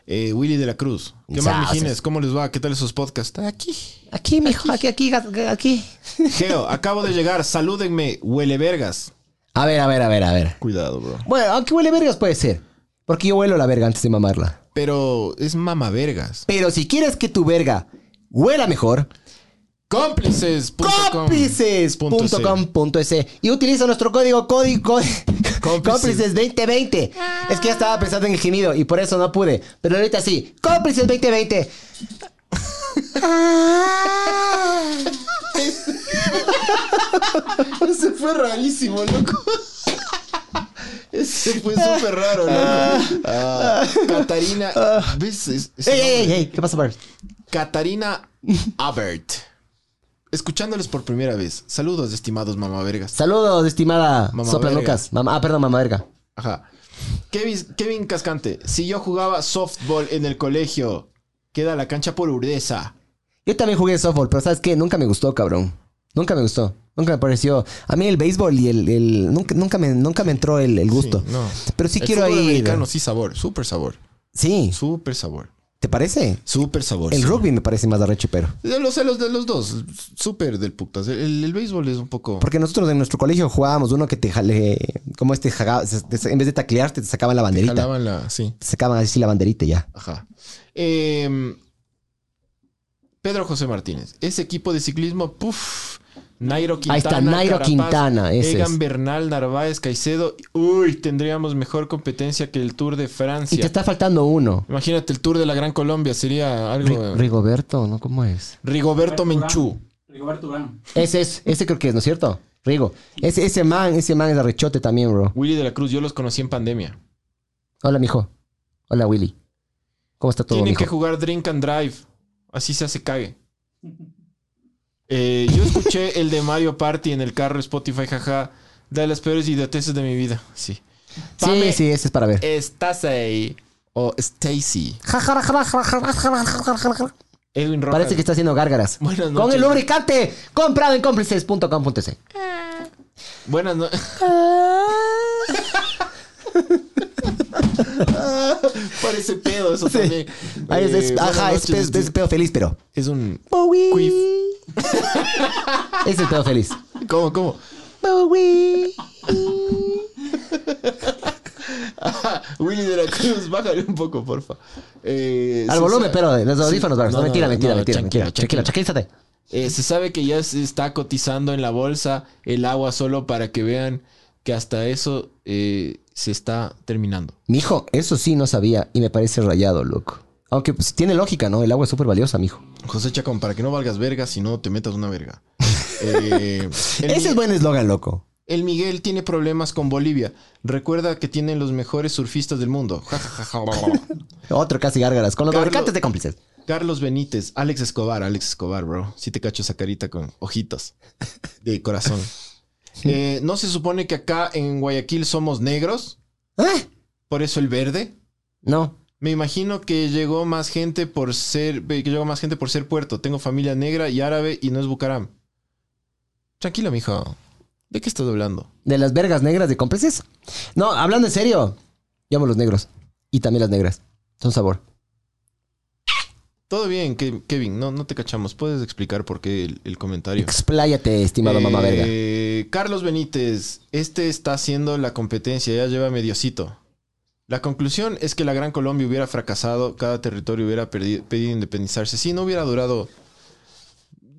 Speaker 1: Eh, Willy de la Cruz. ¿Qué más,
Speaker 4: Sas.
Speaker 1: mijines? ¿Cómo les va? ¿Qué tal esos podcasts? Aquí.
Speaker 4: Aquí, mijo, aquí, aquí, aquí.
Speaker 1: Geo, acabo de llegar. Salúdenme, huele vergas.
Speaker 4: A ver, a ver, a ver, a ver.
Speaker 1: Cuidado, bro.
Speaker 4: Bueno, aunque huele vergas puede ser. Porque yo huelo la verga antes de mamarla.
Speaker 1: Pero es mama vergas.
Speaker 4: Pero si quieres que tu verga huela mejor,
Speaker 1: Cómplices.com.
Speaker 4: cómplices.com.es y utiliza nuestro código código cómplices 2020. Es que ya estaba pensando en el gemido y por eso no pude, pero ahorita sí. Cómplices 2020.
Speaker 1: Ah. Ese fue rarísimo, loco. Ese fue súper raro, loco. Ah, Catarina. ¿Ves? Es- ese
Speaker 4: Ah. Ey, ey,
Speaker 1: nombre.
Speaker 4: ey, ey, ¿qué pasa, Barbs?
Speaker 1: Catarina Abert. Escuchándoles por primera vez. Saludos, estimados mamavergas.
Speaker 4: Saludos, estimada
Speaker 1: Mamá
Speaker 4: Sopla
Speaker 1: verga.
Speaker 4: Lucas. Mamá, ah, perdón, mamá verga.
Speaker 1: Ajá. Kevin, Kevin Cascante, si yo jugaba softball en el colegio, queda la cancha por Urdesa.
Speaker 4: Yo también jugué softball, pero ¿sabes qué? Nunca me gustó, cabrón. Nunca me gustó. Nunca me pareció. A mí el béisbol y el. el- nunca, nunca, me, nunca me entró el, el gusto.
Speaker 1: Sí, no.
Speaker 4: Pero sí
Speaker 1: El
Speaker 4: quiero
Speaker 1: fútbol
Speaker 4: ir.
Speaker 1: americano, sí, sabor. Súper sabor.
Speaker 4: Sí.
Speaker 1: Súper sabor.
Speaker 4: ¿Te parece?
Speaker 1: Súper sabor.
Speaker 4: El
Speaker 1: Pues sí.
Speaker 4: rugby me parece más arrecho, pero.
Speaker 1: De los, de los, de los dos. Súper del putas. El, el béisbol es un poco.
Speaker 4: Porque nosotros en nuestro colegio jugábamos uno que te jale. Como este jaga- se- te- en vez de taclearte, te sacaban la banderita.
Speaker 1: Jalaban la. Sí.
Speaker 4: Te sacaban así la banderita ya.
Speaker 1: Ajá. Eh, Pedro José Martínez. Ese equipo de ciclismo, puf. Nairo Quintana.
Speaker 4: Ahí está, Nairo Quintana, ese
Speaker 1: Egan
Speaker 4: es.
Speaker 1: Bernal, Narváez, Caicedo. Uy, tendríamos mejor competencia que el Tour de
Speaker 4: Y te
Speaker 1: Francia.
Speaker 4: está faltando uno.
Speaker 1: Imagínate el Tour de la Gran Colombia. Sería algo.
Speaker 4: Ri- Rigoberto, ¿no? ¿Cómo es?
Speaker 1: Rigoberto
Speaker 2: Rigoberto
Speaker 1: Menchú.
Speaker 2: Rigoberto Urán.
Speaker 4: Ese es, ese creo que es, ¿no es cierto? Rigo. Ese, ese man, ese man es arrechote también, bro.
Speaker 1: Willy de la Cruz. Yo los conocí en pandemia.
Speaker 4: Hola, mijo. Hola, Willy. ¿Cómo está todo,
Speaker 1: Tienen
Speaker 4: mijo?
Speaker 1: que jugar Drink and Drive. Así se hace cague. Eh, yo escuché el de Mario Party en el carro Spotify, jaja. De las peores idioteces de mi vida. Sí.
Speaker 4: Sí,
Speaker 1: Pame.
Speaker 4: sí, ese es para ver.
Speaker 1: Estás ahí. O Stacy. Edwin Rojas.
Speaker 4: Parece que está haciendo gárgaras.
Speaker 1: Buenas
Speaker 4: Con
Speaker 1: noches.
Speaker 4: el lubricante comprado en cómplices.com.es.
Speaker 1: Buenas noches.
Speaker 4: Ah.
Speaker 1: Parece pedo eso también.
Speaker 4: Ah, es- es-
Speaker 1: Eh, buenas
Speaker 4: ajá, es,
Speaker 1: noches,
Speaker 4: pe- es pedo feliz, pero.
Speaker 1: es un...
Speaker 4: Bowie.
Speaker 1: Quiff.
Speaker 4: Es el pedo feliz.
Speaker 1: ¿Cómo, cómo?
Speaker 4: Bowie.
Speaker 1: Willy de la Cruz, bájale un poco, porfa. Eh,
Speaker 4: Al
Speaker 1: se
Speaker 4: volumen,
Speaker 1: sabe-
Speaker 4: pero de los
Speaker 1: Sí.
Speaker 4: audífonos, bro.
Speaker 1: No, no,
Speaker 4: mentira,
Speaker 1: no,
Speaker 4: mentira,
Speaker 1: no,
Speaker 4: mentira,
Speaker 1: tranquilo,
Speaker 4: mentira. Tranquilo,
Speaker 1: tranquilo.
Speaker 4: tranquilízate.
Speaker 1: Eh, se sabe que ya se está cotizando en la bolsa el agua solo para que vean que hasta eso eh, se está terminando.
Speaker 4: Mijo, eso sí no sabía y me parece rayado, loco. Aunque pues, tiene lógica, ¿no? El agua es súper valiosa, mijo.
Speaker 1: José Chacón, para que no valgas verga, si no te metas una verga. Eh, el,
Speaker 4: Ese
Speaker 1: Mi-
Speaker 4: es buen eslogan, loco.
Speaker 1: el Miguel tiene problemas con Bolivia. Recuerda que tienen los mejores surfistas del mundo. Ja, ja, ja, ja, bla, bla, bla.
Speaker 4: Otro casi gárgaras. Con los
Speaker 1: Carlos-
Speaker 4: lubricantes de cómplices.
Speaker 1: Carlos Benítez, Alex Escobar, Alex Escobar, bro. Si te cacho esa carita con ojitos de corazón. Eh, ¿No se supone que acá en Guayaquil somos negros?
Speaker 4: ¿Eh?
Speaker 1: Por eso el verde.
Speaker 4: No.
Speaker 1: Me imagino que llegó más gente por ser, eh, que llegó más gente por ser puerto. Tengo familia negra y árabe y no es Bucaram. Tranquilo, mijo. ¿De qué estás hablando?
Speaker 4: ¿De las vergas negras de cómplices? No, hablando en serio. Yo amo los negros. Y también las negras. Son sabor.
Speaker 1: Todo bien, Ke- Kevin. No, no te cachamos. Puedes explicar por qué el, el comentario.
Speaker 4: Expláyate, estimado mamá verga.
Speaker 1: Eh, Carlos Benítez, este está haciendo la competencia, ya lleva mediocito. La conclusión es que la Gran Colombia hubiera fracasado, cada territorio hubiera perdi- pedido independizarse. Sí, no hubiera durado.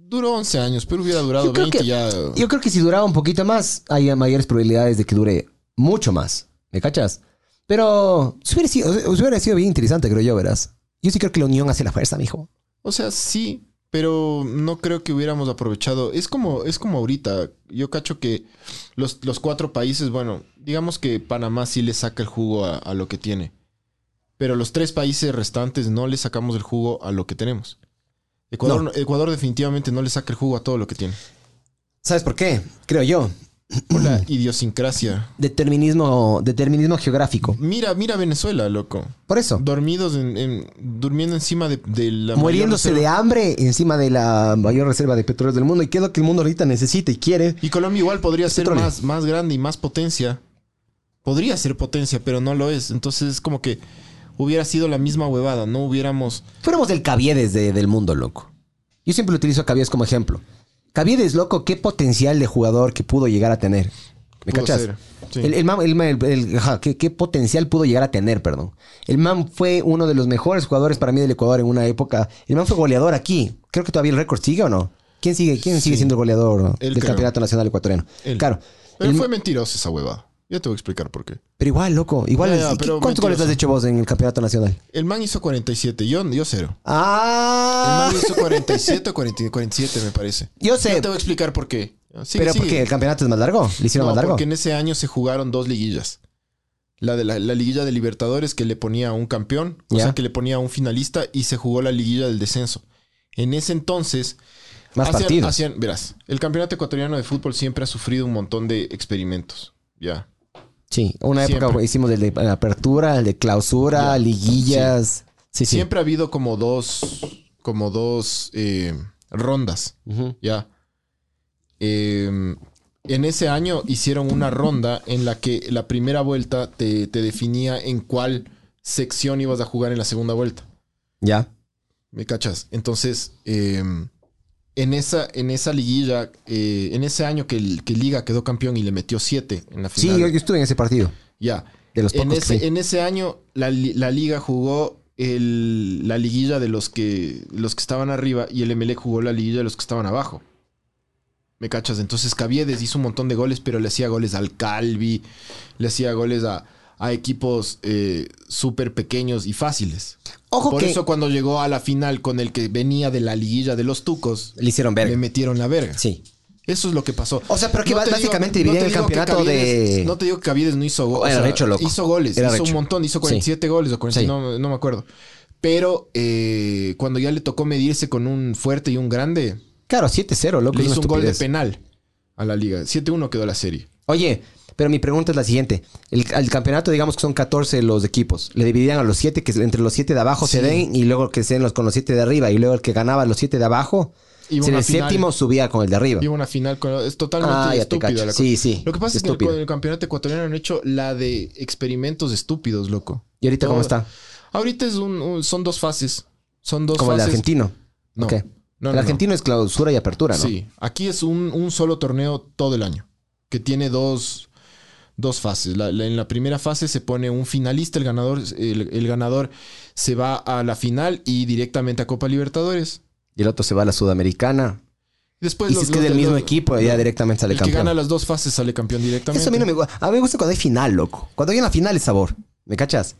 Speaker 1: Duró 11 años, pero hubiera durado
Speaker 4: Yo creo
Speaker 1: 20
Speaker 4: que-
Speaker 1: ya.
Speaker 4: Yo creo que si duraba un poquito más, hay mayores probabilidades de que dure mucho más. ¿Me cachas? Pero si hubiera sido, si hubiera sido bien interesante, creo yo, verás. Yo sí creo que la unión hace la fuerza, mijo.
Speaker 1: O sea, sí, pero no creo que hubiéramos aprovechado. Es como, es como ahorita. Yo cacho que los, los cuatro países, bueno, digamos que Panamá sí le saca el jugo a, a lo que tiene. Pero los tres países restantes no le sacamos el jugo a lo que tenemos. Ecuador,
Speaker 4: No.
Speaker 1: Ecuador definitivamente no le saca el jugo a todo lo que tiene.
Speaker 4: ¿Sabes por qué? Creo yo.
Speaker 1: Por la idiosincrasia.
Speaker 4: Determinismo, determinismo geográfico.
Speaker 1: Mira, mira Venezuela, loco.
Speaker 4: Por eso.
Speaker 1: Dormidos en, en- durmiendo encima de, de la mayor
Speaker 4: Muriéndose de
Speaker 1: reserva.
Speaker 4: hambre encima de la mayor reserva de petróleo del mundo. ¿Y qué es lo que el mundo ahorita necesita y quiere?
Speaker 1: Y Colombia igual podría ser
Speaker 4: petróleo.
Speaker 1: más, más grande y más potencia. Podría ser potencia, pero no lo es. Entonces es como que hubiera sido la misma huevada. No hubiéramos.
Speaker 4: Fuéramos el Caviedes de- del mundo, loco. Yo siempre lo utilizo a Caviedes como ejemplo. Caviedes, loco, qué potencial de jugador que pudo llegar a tener. ¿Me
Speaker 1: Pudo
Speaker 4: cachas?
Speaker 1: ser, sí.
Speaker 4: El, el man- el man- el- el- ajá, qué, qué potencial pudo llegar a tener, perdón. El man fue uno de los mejores jugadores para mí del Ecuador en una época. El man fue goleador aquí. Creo que todavía el récord sigue o no. ¿Quién sigue, quién sigue
Speaker 1: Sí.
Speaker 4: siendo el goleador
Speaker 1: Él,
Speaker 4: del
Speaker 1: creo.
Speaker 4: Campeonato Nacional Ecuatoriano?
Speaker 1: Él.
Speaker 4: Claro.
Speaker 1: Pero
Speaker 4: El-
Speaker 1: fue mentirosa esa huevada. Ya te voy a explicar por qué.
Speaker 4: pero igual, loco. Igual,
Speaker 1: Ya, ya,
Speaker 4: ¿qué-
Speaker 1: pero
Speaker 4: ¿Cuántos goles
Speaker 1: mentiroso.
Speaker 4: has hecho vos en el Campeonato Nacional?
Speaker 1: El man hizo 47. Yo, yo cero. El
Speaker 4: ¡Ah!
Speaker 1: man hizo 47 o 40 47, me parece.
Speaker 4: Yo sé.
Speaker 1: Ya te voy a explicar por qué. Ah, Sigue,
Speaker 4: ¿Pero
Speaker 1: sigue.
Speaker 4: por qué? ¿El campeonato es más largo? ¿Le hicieron
Speaker 1: No,
Speaker 4: más largo?
Speaker 1: porque en ese año se jugaron dos liguillas. La de la, la liguilla de Libertadores que le ponía a un campeón, o
Speaker 4: Ya.
Speaker 1: sea, que le ponía a un finalista y se jugó la liguilla del descenso. En ese entonces,
Speaker 4: Más
Speaker 1: hacían-
Speaker 4: partidos.
Speaker 1: hacían- verás, el campeonato ecuatoriano de fútbol siempre ha sufrido un montón de experimentos. Ya.
Speaker 4: Sí, una época
Speaker 1: Siempre.
Speaker 4: hicimos el de apertura, el de clausura,
Speaker 1: Ya.
Speaker 4: liguillas. Sí, sí.
Speaker 1: Siempre ha habido como dos, como dos eh, rondas.
Speaker 4: Ujú.
Speaker 1: Ya. eh, en ese año hicieron una ronda en la que la primera vuelta te, te definía en cuál sección ibas a jugar en la segunda vuelta.
Speaker 4: Ya.
Speaker 1: ¿Me cachas? Entonces, eh, en, esa, en esa liguilla, eh, en ese año que, el- que Liga quedó campeón y le metió 7 en la
Speaker 4: Sí,
Speaker 1: final.
Speaker 4: yo, yo estuve en ese partido.
Speaker 1: Ya.
Speaker 4: De los
Speaker 1: En
Speaker 4: pocos que
Speaker 1: ese, eh,
Speaker 4: vi.
Speaker 1: en ese año, la, li- la liga jugó el- la liguilla de los que, los que estaban arriba y el MLE jugó la liguilla de los que estaban abajo. ¿Me cachas? Entonces Caviedes hizo un montón de goles, pero le hacía goles al Calvi, le hacía goles a, a equipos eh, súper pequeños y fáciles.
Speaker 4: Ojo
Speaker 1: Por
Speaker 4: que
Speaker 1: eso cuando llegó a la final con el que venía de la liguilla de los Tucos,
Speaker 4: le hicieron
Speaker 1: le
Speaker 4: verga.
Speaker 1: metieron la verga.
Speaker 4: Sí.
Speaker 1: Eso es lo que pasó.
Speaker 4: O sea, pero que
Speaker 1: te
Speaker 4: básicamente
Speaker 1: digo-
Speaker 4: dividían
Speaker 1: te
Speaker 4: el
Speaker 1: digo que
Speaker 4: campeonato de-
Speaker 1: Caviedes- No te digo que Caviedes no hizo goles.
Speaker 4: Era recho, loco.
Speaker 1: Hizo goles.
Speaker 4: Era
Speaker 1: hizo
Speaker 4: recho.
Speaker 1: un montón. Hizo 47 goles o 40,
Speaker 4: Sí.
Speaker 1: no, no me acuerdo. Pero eh, cuando ya le tocó medirse con un fuerte y un grande,
Speaker 4: Claro, 7-0, loco.
Speaker 1: le
Speaker 4: es una
Speaker 1: hizo un gol de
Speaker 4: estupidez.
Speaker 1: penal a la liga. 7-1 quedó la serie.
Speaker 4: Oye, pero mi pregunta es la siguiente. El, al campeonato, digamos que son 14 los equipos. Le dividían a los 7, que entre los 7 de abajo se
Speaker 1: Sí.
Speaker 4: den y luego que se den los, con los 7 de arriba. Y luego el que ganaba los 7 de abajo,
Speaker 1: Iba a
Speaker 4: si
Speaker 1: una
Speaker 4: era el
Speaker 1: final.
Speaker 4: séptimo subía con el de arriba.
Speaker 1: Iba a una final. con- es totalmente
Speaker 4: Ah, ya te
Speaker 1: estúpida la
Speaker 4: cacho.
Speaker 1: cosa.
Speaker 4: Sí, sí.
Speaker 1: Lo que pasa es que
Speaker 4: Estúpido.
Speaker 1: con el campeonato ecuatoriano han hecho la de experimentos estúpidos, loco.
Speaker 4: ¿Y ahorita cómo
Speaker 1: No,
Speaker 4: está?
Speaker 1: Ahorita es un, un- son dos fases. Son dos
Speaker 4: Como el
Speaker 1: fases.
Speaker 4: argentino.
Speaker 1: No.
Speaker 4: Ok.
Speaker 1: No, no,
Speaker 4: el
Speaker 1: no.
Speaker 4: argentino es clausura y apertura, ¿no?
Speaker 1: Sí, aquí es un, un solo torneo todo el año, que tiene dos, dos fases. La- la- en la primera fase se pone un finalista, el ganador, el, el ganador se va a la final y directamente a Copa Libertadores.
Speaker 4: Y el otro se va a la sudamericana.
Speaker 1: Después Pues
Speaker 4: y si
Speaker 1: los-
Speaker 4: es que es
Speaker 1: los-
Speaker 4: del mismo
Speaker 1: los-
Speaker 4: equipo, ya directamente sale
Speaker 1: el que
Speaker 4: campeón.
Speaker 1: gana las dos fases sale campeón directamente.
Speaker 4: Eso a mí no me gusta. A mí me gusta cuando hay final, loco. Cuando hay una final es sabor. ¿Me cachas?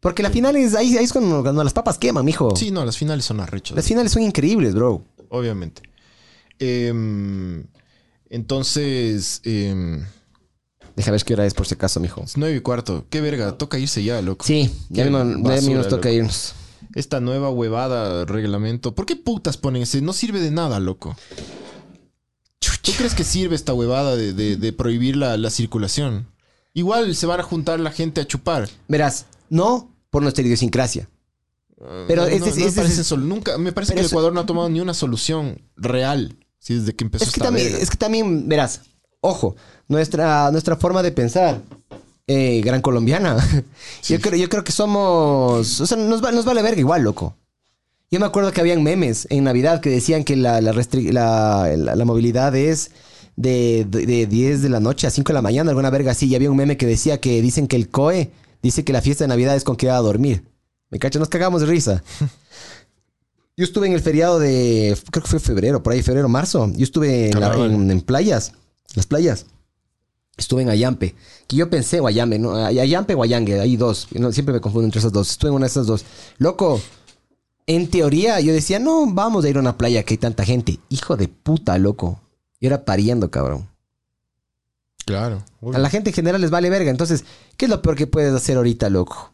Speaker 4: Porque la final es ahí, ahí es cuando, cuando las papas queman, mijo.
Speaker 1: Sí, no, las finales son arrechas.
Speaker 4: Las finales son increíbles, bro.
Speaker 1: obviamente. Em, entonces, em,
Speaker 4: Deja ver qué hora es por si acaso, mijo.
Speaker 1: es nueve y cuarto. Qué verga, toca irse ya, loco.
Speaker 4: Sí, ya
Speaker 1: Qué
Speaker 4: mismo, ya mismo
Speaker 1: basura,
Speaker 4: nos toca
Speaker 1: loco.
Speaker 4: irnos.
Speaker 1: Esta nueva huevada reglamento. ¿Por qué putas ponen ese? No sirve de nada, loco. ¿Tú crees que sirve esta huevada de, de- de prohibir la, la circulación? Igual se van a juntar la gente a chupar.
Speaker 4: Verás, no por nuestra idiosincrasia. Pero
Speaker 1: No-
Speaker 4: es-
Speaker 1: no-
Speaker 4: es-
Speaker 1: no me
Speaker 4: es-
Speaker 1: parecen
Speaker 4: es-
Speaker 1: sol- nunca me parece
Speaker 4: pero
Speaker 1: que el
Speaker 4: es-
Speaker 1: Ecuador no ha tomado ni una solución real sí, desde que empezó
Speaker 4: Es que,
Speaker 1: esta
Speaker 4: también,
Speaker 1: verga.
Speaker 4: es que también, verás, ojo, nuestra, nuestra forma de pensar, eh, gran colombiana, yo, creo, yo creo que somos, o sea, nos, va- nos vale verga igual, loco. Yo me acuerdo que habían memes en Navidad que decían que la, la, restri- la- la- la movilidad es de, de- de 10 de la noche a 5 de la mañana, alguna verga así. Y había un meme que decía que dicen que el COE dice que la fiesta de Navidad es con quedada a dormir. Me cacho, nos cagamos de risa. Yo estuve en el feriado de, creo que fue febrero, por ahí, febrero, marzo. Yo estuve en, la-
Speaker 1: Carnaval.
Speaker 4: en- en playas, las playas. Estuve en Ayampe, que yo pensé Guayambe, ¿no? Ay- Ayampe, Guayangue, hay dos. No, siempre me confundo entre esas dos. Estuve en una de esas dos. Loco, en teoría yo decía, no, vamos a ir a una playa que hay tanta gente. Hijo de puta, loco. Yo era pariendo, cabrón.
Speaker 1: Claro. obvio.
Speaker 4: A la gente en general les vale verga. Entonces, ¿qué es lo peor que puedes hacer ahorita, loco?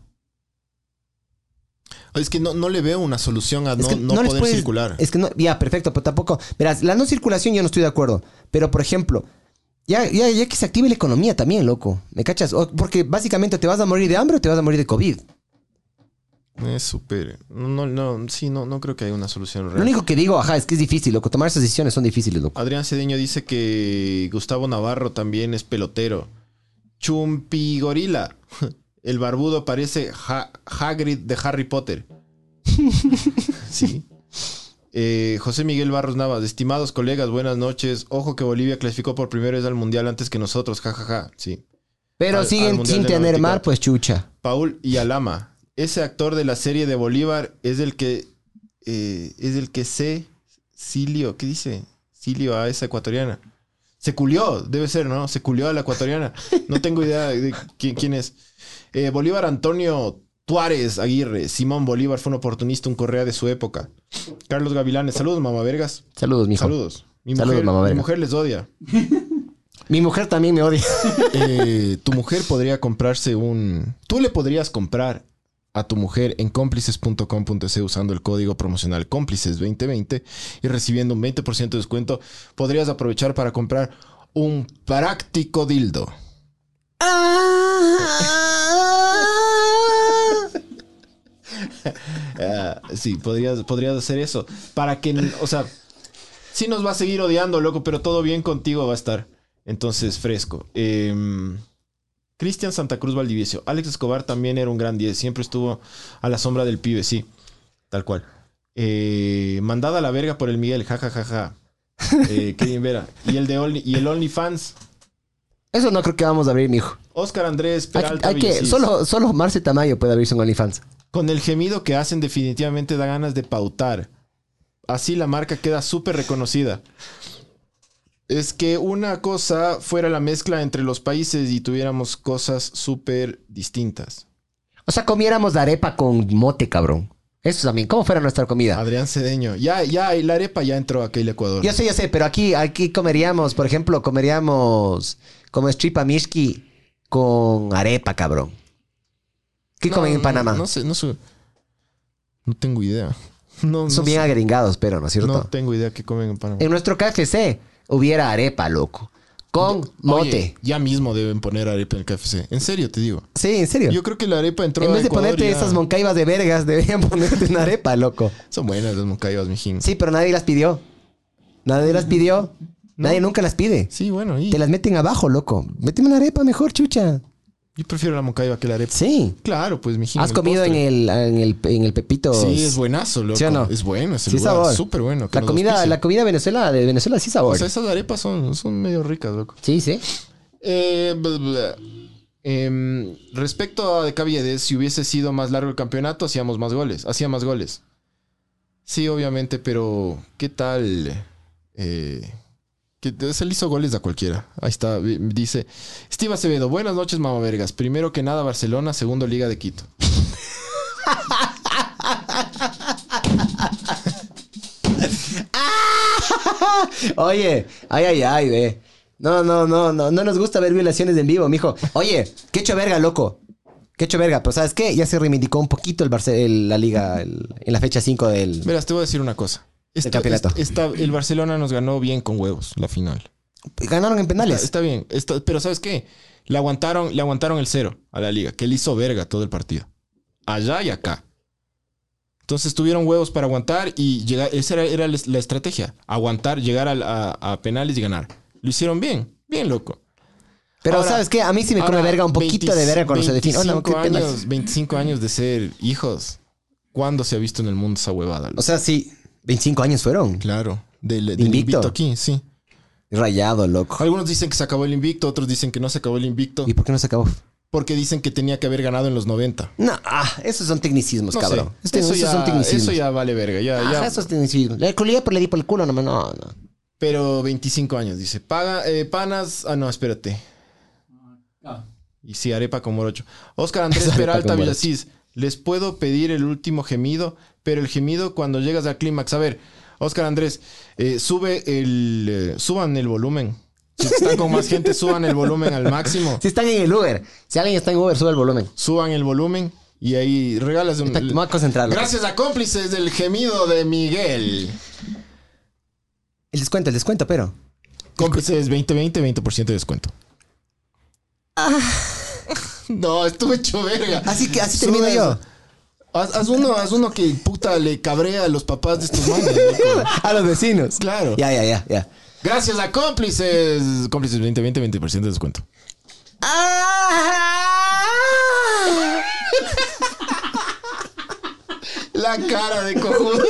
Speaker 1: Es que no, no le veo una solución a
Speaker 4: Es
Speaker 1: no,
Speaker 4: que
Speaker 1: no
Speaker 4: no les
Speaker 1: poder
Speaker 4: puedes-
Speaker 1: circular.
Speaker 4: Es que no, ya, perfecto, pero tampoco. Verás, la no circulación yo no estoy de acuerdo. Pero, por ejemplo, ya, ya, ya que se active la economía también, loco. ¿Me cachas? O- porque básicamente te vas a morir de hambre o te vas a morir de COVID.
Speaker 1: Es súper. No, no, sí, no, no creo que haya una solución
Speaker 4: Lo
Speaker 1: real.
Speaker 4: único que digo, ajá, es que es difícil, loco. Tomar esas decisiones son difíciles, loco.
Speaker 1: Adrián Cedeño dice que Gustavo Navarro también es pelotero. Chumpi Gorila. El barbudo parece Ha- Hagrid de Harry Potter. sí. Eh, José Miguel Barros Navas, estimados colegas, buenas noches. Ojo que Bolivia clasificó por primera vez al mundial antes que nosotros, jajaja. Sí.
Speaker 4: Pero
Speaker 1: Al- al
Speaker 4: siguen
Speaker 1: Mundial
Speaker 4: sin
Speaker 1: del
Speaker 4: tener
Speaker 1: 94.
Speaker 4: mar, pues chucha.
Speaker 1: Paul y Alama. Ese actor de la serie de Bolívar es el que. eh, es el que se. Silio, ¿qué dice? Silio a esa ecuatoriana. Se culió, debe ser, ¿no? Se culió a la ecuatoriana. No tengo idea de quién, quién es. Eh, Bolívar Antonio Tuárez Aguirre. Simón Bolívar fue un oportunista, un correa de su época. Carlos Gavilanes. Saludos, mamavergas.
Speaker 4: Saludos, mijo.
Speaker 1: Saludos. Mi
Speaker 4: Saludos,
Speaker 1: mujer, mi
Speaker 4: mamaverga.
Speaker 1: mujer les odia.
Speaker 4: Mi mujer también me odia.
Speaker 1: Eh, tu mujer podría comprarse un. Tú le podrías comprar a tu mujer en cómplices.com.es e usando el código promocional cómplices 2020 y recibiendo un 20% de descuento, podrías aprovechar para comprar un práctico dildo. Ah, sí, podrías, podrías hacer eso. Para que, o sea, sí nos va a seguir odiando, loco, pero todo bien contigo va a estar. Entonces, fresco. Em, Cristian Santa Cruz Valdivieso. Alex Escobar también era un gran 10. Siempre estuvo a la sombra del pibe, sí. Tal cual. Eh, mandada a la verga por el Miguel, jajajaja. Eh, Kevin Vera. Y el de Only- y el OnlyFans,
Speaker 4: Eso no creo que vamos a abrir, mijo.
Speaker 1: Oscar Andrés
Speaker 4: Hay,
Speaker 1: Peralta.
Speaker 4: hay que,
Speaker 1: Villasís.
Speaker 4: solo, solo Marce Tamayo puede abrirse un OnlyFans.
Speaker 1: Con el gemido que hacen definitivamente da ganas de pautar. Así la marca queda súper reconocida. Es que una cosa fuera la mezcla entre los países y tuviéramos cosas súper distintas.
Speaker 4: O sea, comiéramos arepa con mote, cabrón. Eso también. ¿Cómo fuera nuestra comida?
Speaker 1: Adrián Cedeño. Ya, ya, la arepa ya entró aquí el Ecuador.
Speaker 4: Yo sé, yo sé, pero aquí, aquí comeríamos, por ejemplo, comeríamos como estripa mishki con arepa, cabrón. ¿Qué
Speaker 1: No,
Speaker 4: comen en
Speaker 1: no,
Speaker 4: Panamá?
Speaker 1: No, sé, no sé. No tengo idea. No,
Speaker 4: Son
Speaker 1: no
Speaker 4: bien
Speaker 1: sé.
Speaker 4: agringados, pero, ¿no es cierto?
Speaker 1: No tengo idea qué comen en Panamá.
Speaker 4: En nuestro KFC hubiera arepa, loco. Con mote.
Speaker 1: Oye, ya mismo deben poner arepa en el KFC. En serio, te digo.
Speaker 4: Sí, en serio.
Speaker 1: Yo creo que la arepa entró
Speaker 4: en
Speaker 1: a
Speaker 4: vez de
Speaker 1: Ecuador
Speaker 4: ponerte
Speaker 1: ya.
Speaker 4: esas moncaivas de vergas, deberían ponerte una arepa, loco.
Speaker 1: Son buenas las moncaivas, mijín.
Speaker 4: Sí, pero nadie las pidió. Nadie las pidió. Nadie nunca las pide.
Speaker 1: Sí, bueno, y
Speaker 4: Te las meten abajo, loco. Méteme una arepa mejor, chucha.
Speaker 1: yo prefiero la mocaiba que la arepa.
Speaker 4: Sí.
Speaker 1: Claro, pues, mijín.
Speaker 4: ¿Has comido en el, en, el, en el Pepito?
Speaker 1: Sí, es buenazo, loco.
Speaker 4: ¿Sí o no?
Speaker 1: Es bueno ese
Speaker 4: Sí,
Speaker 1: lugar.
Speaker 4: sabor.
Speaker 1: Súper bueno. que
Speaker 4: La
Speaker 1: nos
Speaker 4: comida,
Speaker 1: auspicie.
Speaker 4: la comida Venezuela, de Venezuela sí sabor.
Speaker 1: O sea, esas arepas son, son medio ricas, loco.
Speaker 4: sí, sí.
Speaker 1: Eh, bla, bla. Em, respecto a De Caviedes, si hubiese sido más largo el campeonato, hacíamos más goles. Hacía más goles. Sí, obviamente, pero ¿qué tal? Eh, que te- se le hizo goles a cualquiera. Ahí está, vi- dice Steve Acevedo. Buenas noches, mamá vergas. Primero que nada, Barcelona, segundo Liga de Quito.
Speaker 4: Oye, ay, ay, ay, ve. No, no, no, no. No nos gusta ver violaciones en vivo, mijo. Oye, qué hecho verga, loco. Qué hecho verga. Pero ¿sabes qué? Ya se reivindicó un poquito el Barce- el- la liga el- en la fecha 5 del...
Speaker 1: Verás, te voy a decir una cosa. Esto-
Speaker 4: campeonato.
Speaker 1: es- esta- el Barcelona nos ganó bien con huevos la final.
Speaker 4: Ganaron en
Speaker 1: Está,
Speaker 4: penales.
Speaker 1: está bien, está- pero ¿sabes qué? Le aguantaron, le aguantaron el cero a la liga, que le hizo verga todo el partido. Allá y acá. Entonces tuvieron huevos para aguantar y llegar. Esa era, era la es- la estrategia. Aguantar, llegar al- a, a penales y ganar. Lo hicieron bien, bien loco.
Speaker 4: Pero
Speaker 1: Ahora-
Speaker 4: ¿sabes qué? A mí sí me come
Speaker 1: Ahora,
Speaker 4: verga un poquito
Speaker 1: 20
Speaker 4: de verga cuando se define.
Speaker 1: 25,
Speaker 4: Hola, ¿qué penal?
Speaker 1: años, 25 años de ser hijos. ¿Cuándo se ha visto en el mundo esa huevada?
Speaker 4: O sea, sí. 25 años fueron.
Speaker 1: claro. Del, del
Speaker 4: Invicto.
Speaker 1: invicto aquí, sí.
Speaker 4: Rayado, loco.
Speaker 1: Algunos dicen que se acabó el invicto, otros dicen que no se acabó el invicto.
Speaker 4: ¿Y por qué no se acabó?
Speaker 1: Porque dicen que tenía que haber ganado en los 90.
Speaker 4: No, ah, esos son tecnicismos,
Speaker 1: No
Speaker 4: cabrón.
Speaker 1: sé.
Speaker 4: Este-
Speaker 1: Pues Eso,
Speaker 4: esos son
Speaker 1: ya,
Speaker 4: tecnicismos.
Speaker 1: eso ya vale verga. Ya,
Speaker 4: Ah,
Speaker 1: ya.
Speaker 4: esos tecnicismos. La culilla por le di por el culo, no, no, no.
Speaker 1: Pero 25 años, dice. Paga, eh, panas. Ah, no, espérate.
Speaker 2: Ah,
Speaker 1: Y sí, arepa con morocho. Oscar Andrés
Speaker 4: Arepa con
Speaker 1: Peralta
Speaker 4: morocho.
Speaker 1: Villasís. Les puedo pedir el último gemido, pero el gemido cuando llegas al clímax. A ver, Oscar Andrés, eh, sube el. eh, suban el volumen. Si están con más gente, suban el volumen al máximo.
Speaker 4: Si están en el Uber, si alguien está en Uber, sube el volumen.
Speaker 1: Suban el volumen y ahí regalas un.
Speaker 4: Está- me voy a concentrar. loco.
Speaker 1: Mm. Gracias a cómplices del gemido de Miguel.
Speaker 4: El descuento, el descuento, pero.
Speaker 1: Cómplices 2020, 20% de descuento. No, estuve hecho verga.
Speaker 4: Ah. Así que así termino
Speaker 1: Sube-
Speaker 4: yo.
Speaker 1: Haz, haz uno, haz uno que puta le cabrea a los papás de estos manes. loco.
Speaker 4: A los vecinos.
Speaker 1: Claro.
Speaker 4: Ya, ya, ya, ya.
Speaker 1: Gracias a cómplices. Cómplices 2020, 20% de descuento. La cara de cojudo.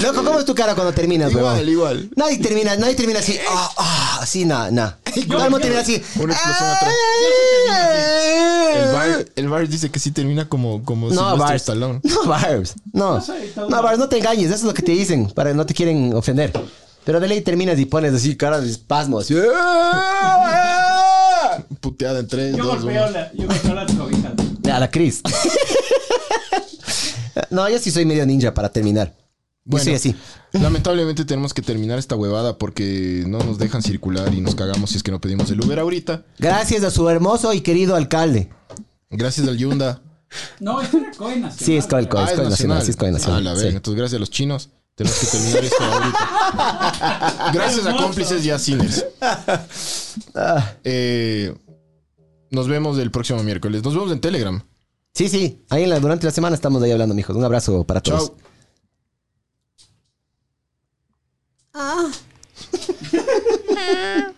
Speaker 4: Loco, ¿cómo es tu cara cuando terminas,
Speaker 1: Igual,
Speaker 4: huevón?
Speaker 1: igual.
Speaker 4: Nadie termina, nadie termina así. Ah, ah, así, no, no. Todo el mundo termina así. Ah.
Speaker 1: Una explosión atrás. El bar, el bar dice que sí termina como, como
Speaker 4: Eh. No,
Speaker 1: Sylvester
Speaker 4: Barbs.
Speaker 1: Stallone.
Speaker 4: No, Barbs. No.
Speaker 2: sé, todo
Speaker 4: No,
Speaker 2: mal.
Speaker 4: Barbs, no te engañes. Eso es lo que te dicen. Para no te quieren ofender. Pero de ley terminas y pones así ¡eh! cara de espasmos. A
Speaker 1: Puteada en 3,
Speaker 2: yo
Speaker 1: 2,
Speaker 2: golpeo
Speaker 1: 1.
Speaker 2: la, yo golpeo las cobijas.
Speaker 4: la Cris. No, yo sí soy medio ninja para terminar. Yo
Speaker 1: Bueno.
Speaker 4: soy así.
Speaker 1: Lamentablemente tenemos que terminar esta huevada porque no nos dejan circular y nos cagamos si es que no pedimos el Uber ahorita.
Speaker 4: Gracias a su hermoso y querido alcalde.
Speaker 1: Gracias al Yunda.
Speaker 2: No, es una coe nacional.
Speaker 4: Sí, es Coe,
Speaker 2: güey.
Speaker 4: Coe.
Speaker 1: Ah,
Speaker 4: es Coin Nacional, sí, es Coin Nacional,
Speaker 1: Ah, la verga.
Speaker 4: sí.
Speaker 1: Entonces, gracias a los chinos. Tenemos que terminar esto ahorita. gracias a cómplices y a cines.
Speaker 4: Ah.
Speaker 1: Eh, nos vemos el próximo miércoles. Nos vemos en Telegram.
Speaker 4: Sí, sí. Ahí en la- durante la Pues, semana estamos ahí hablando, mijos. Un abrazo para todos.
Speaker 1: Chao.
Speaker 5: Ah.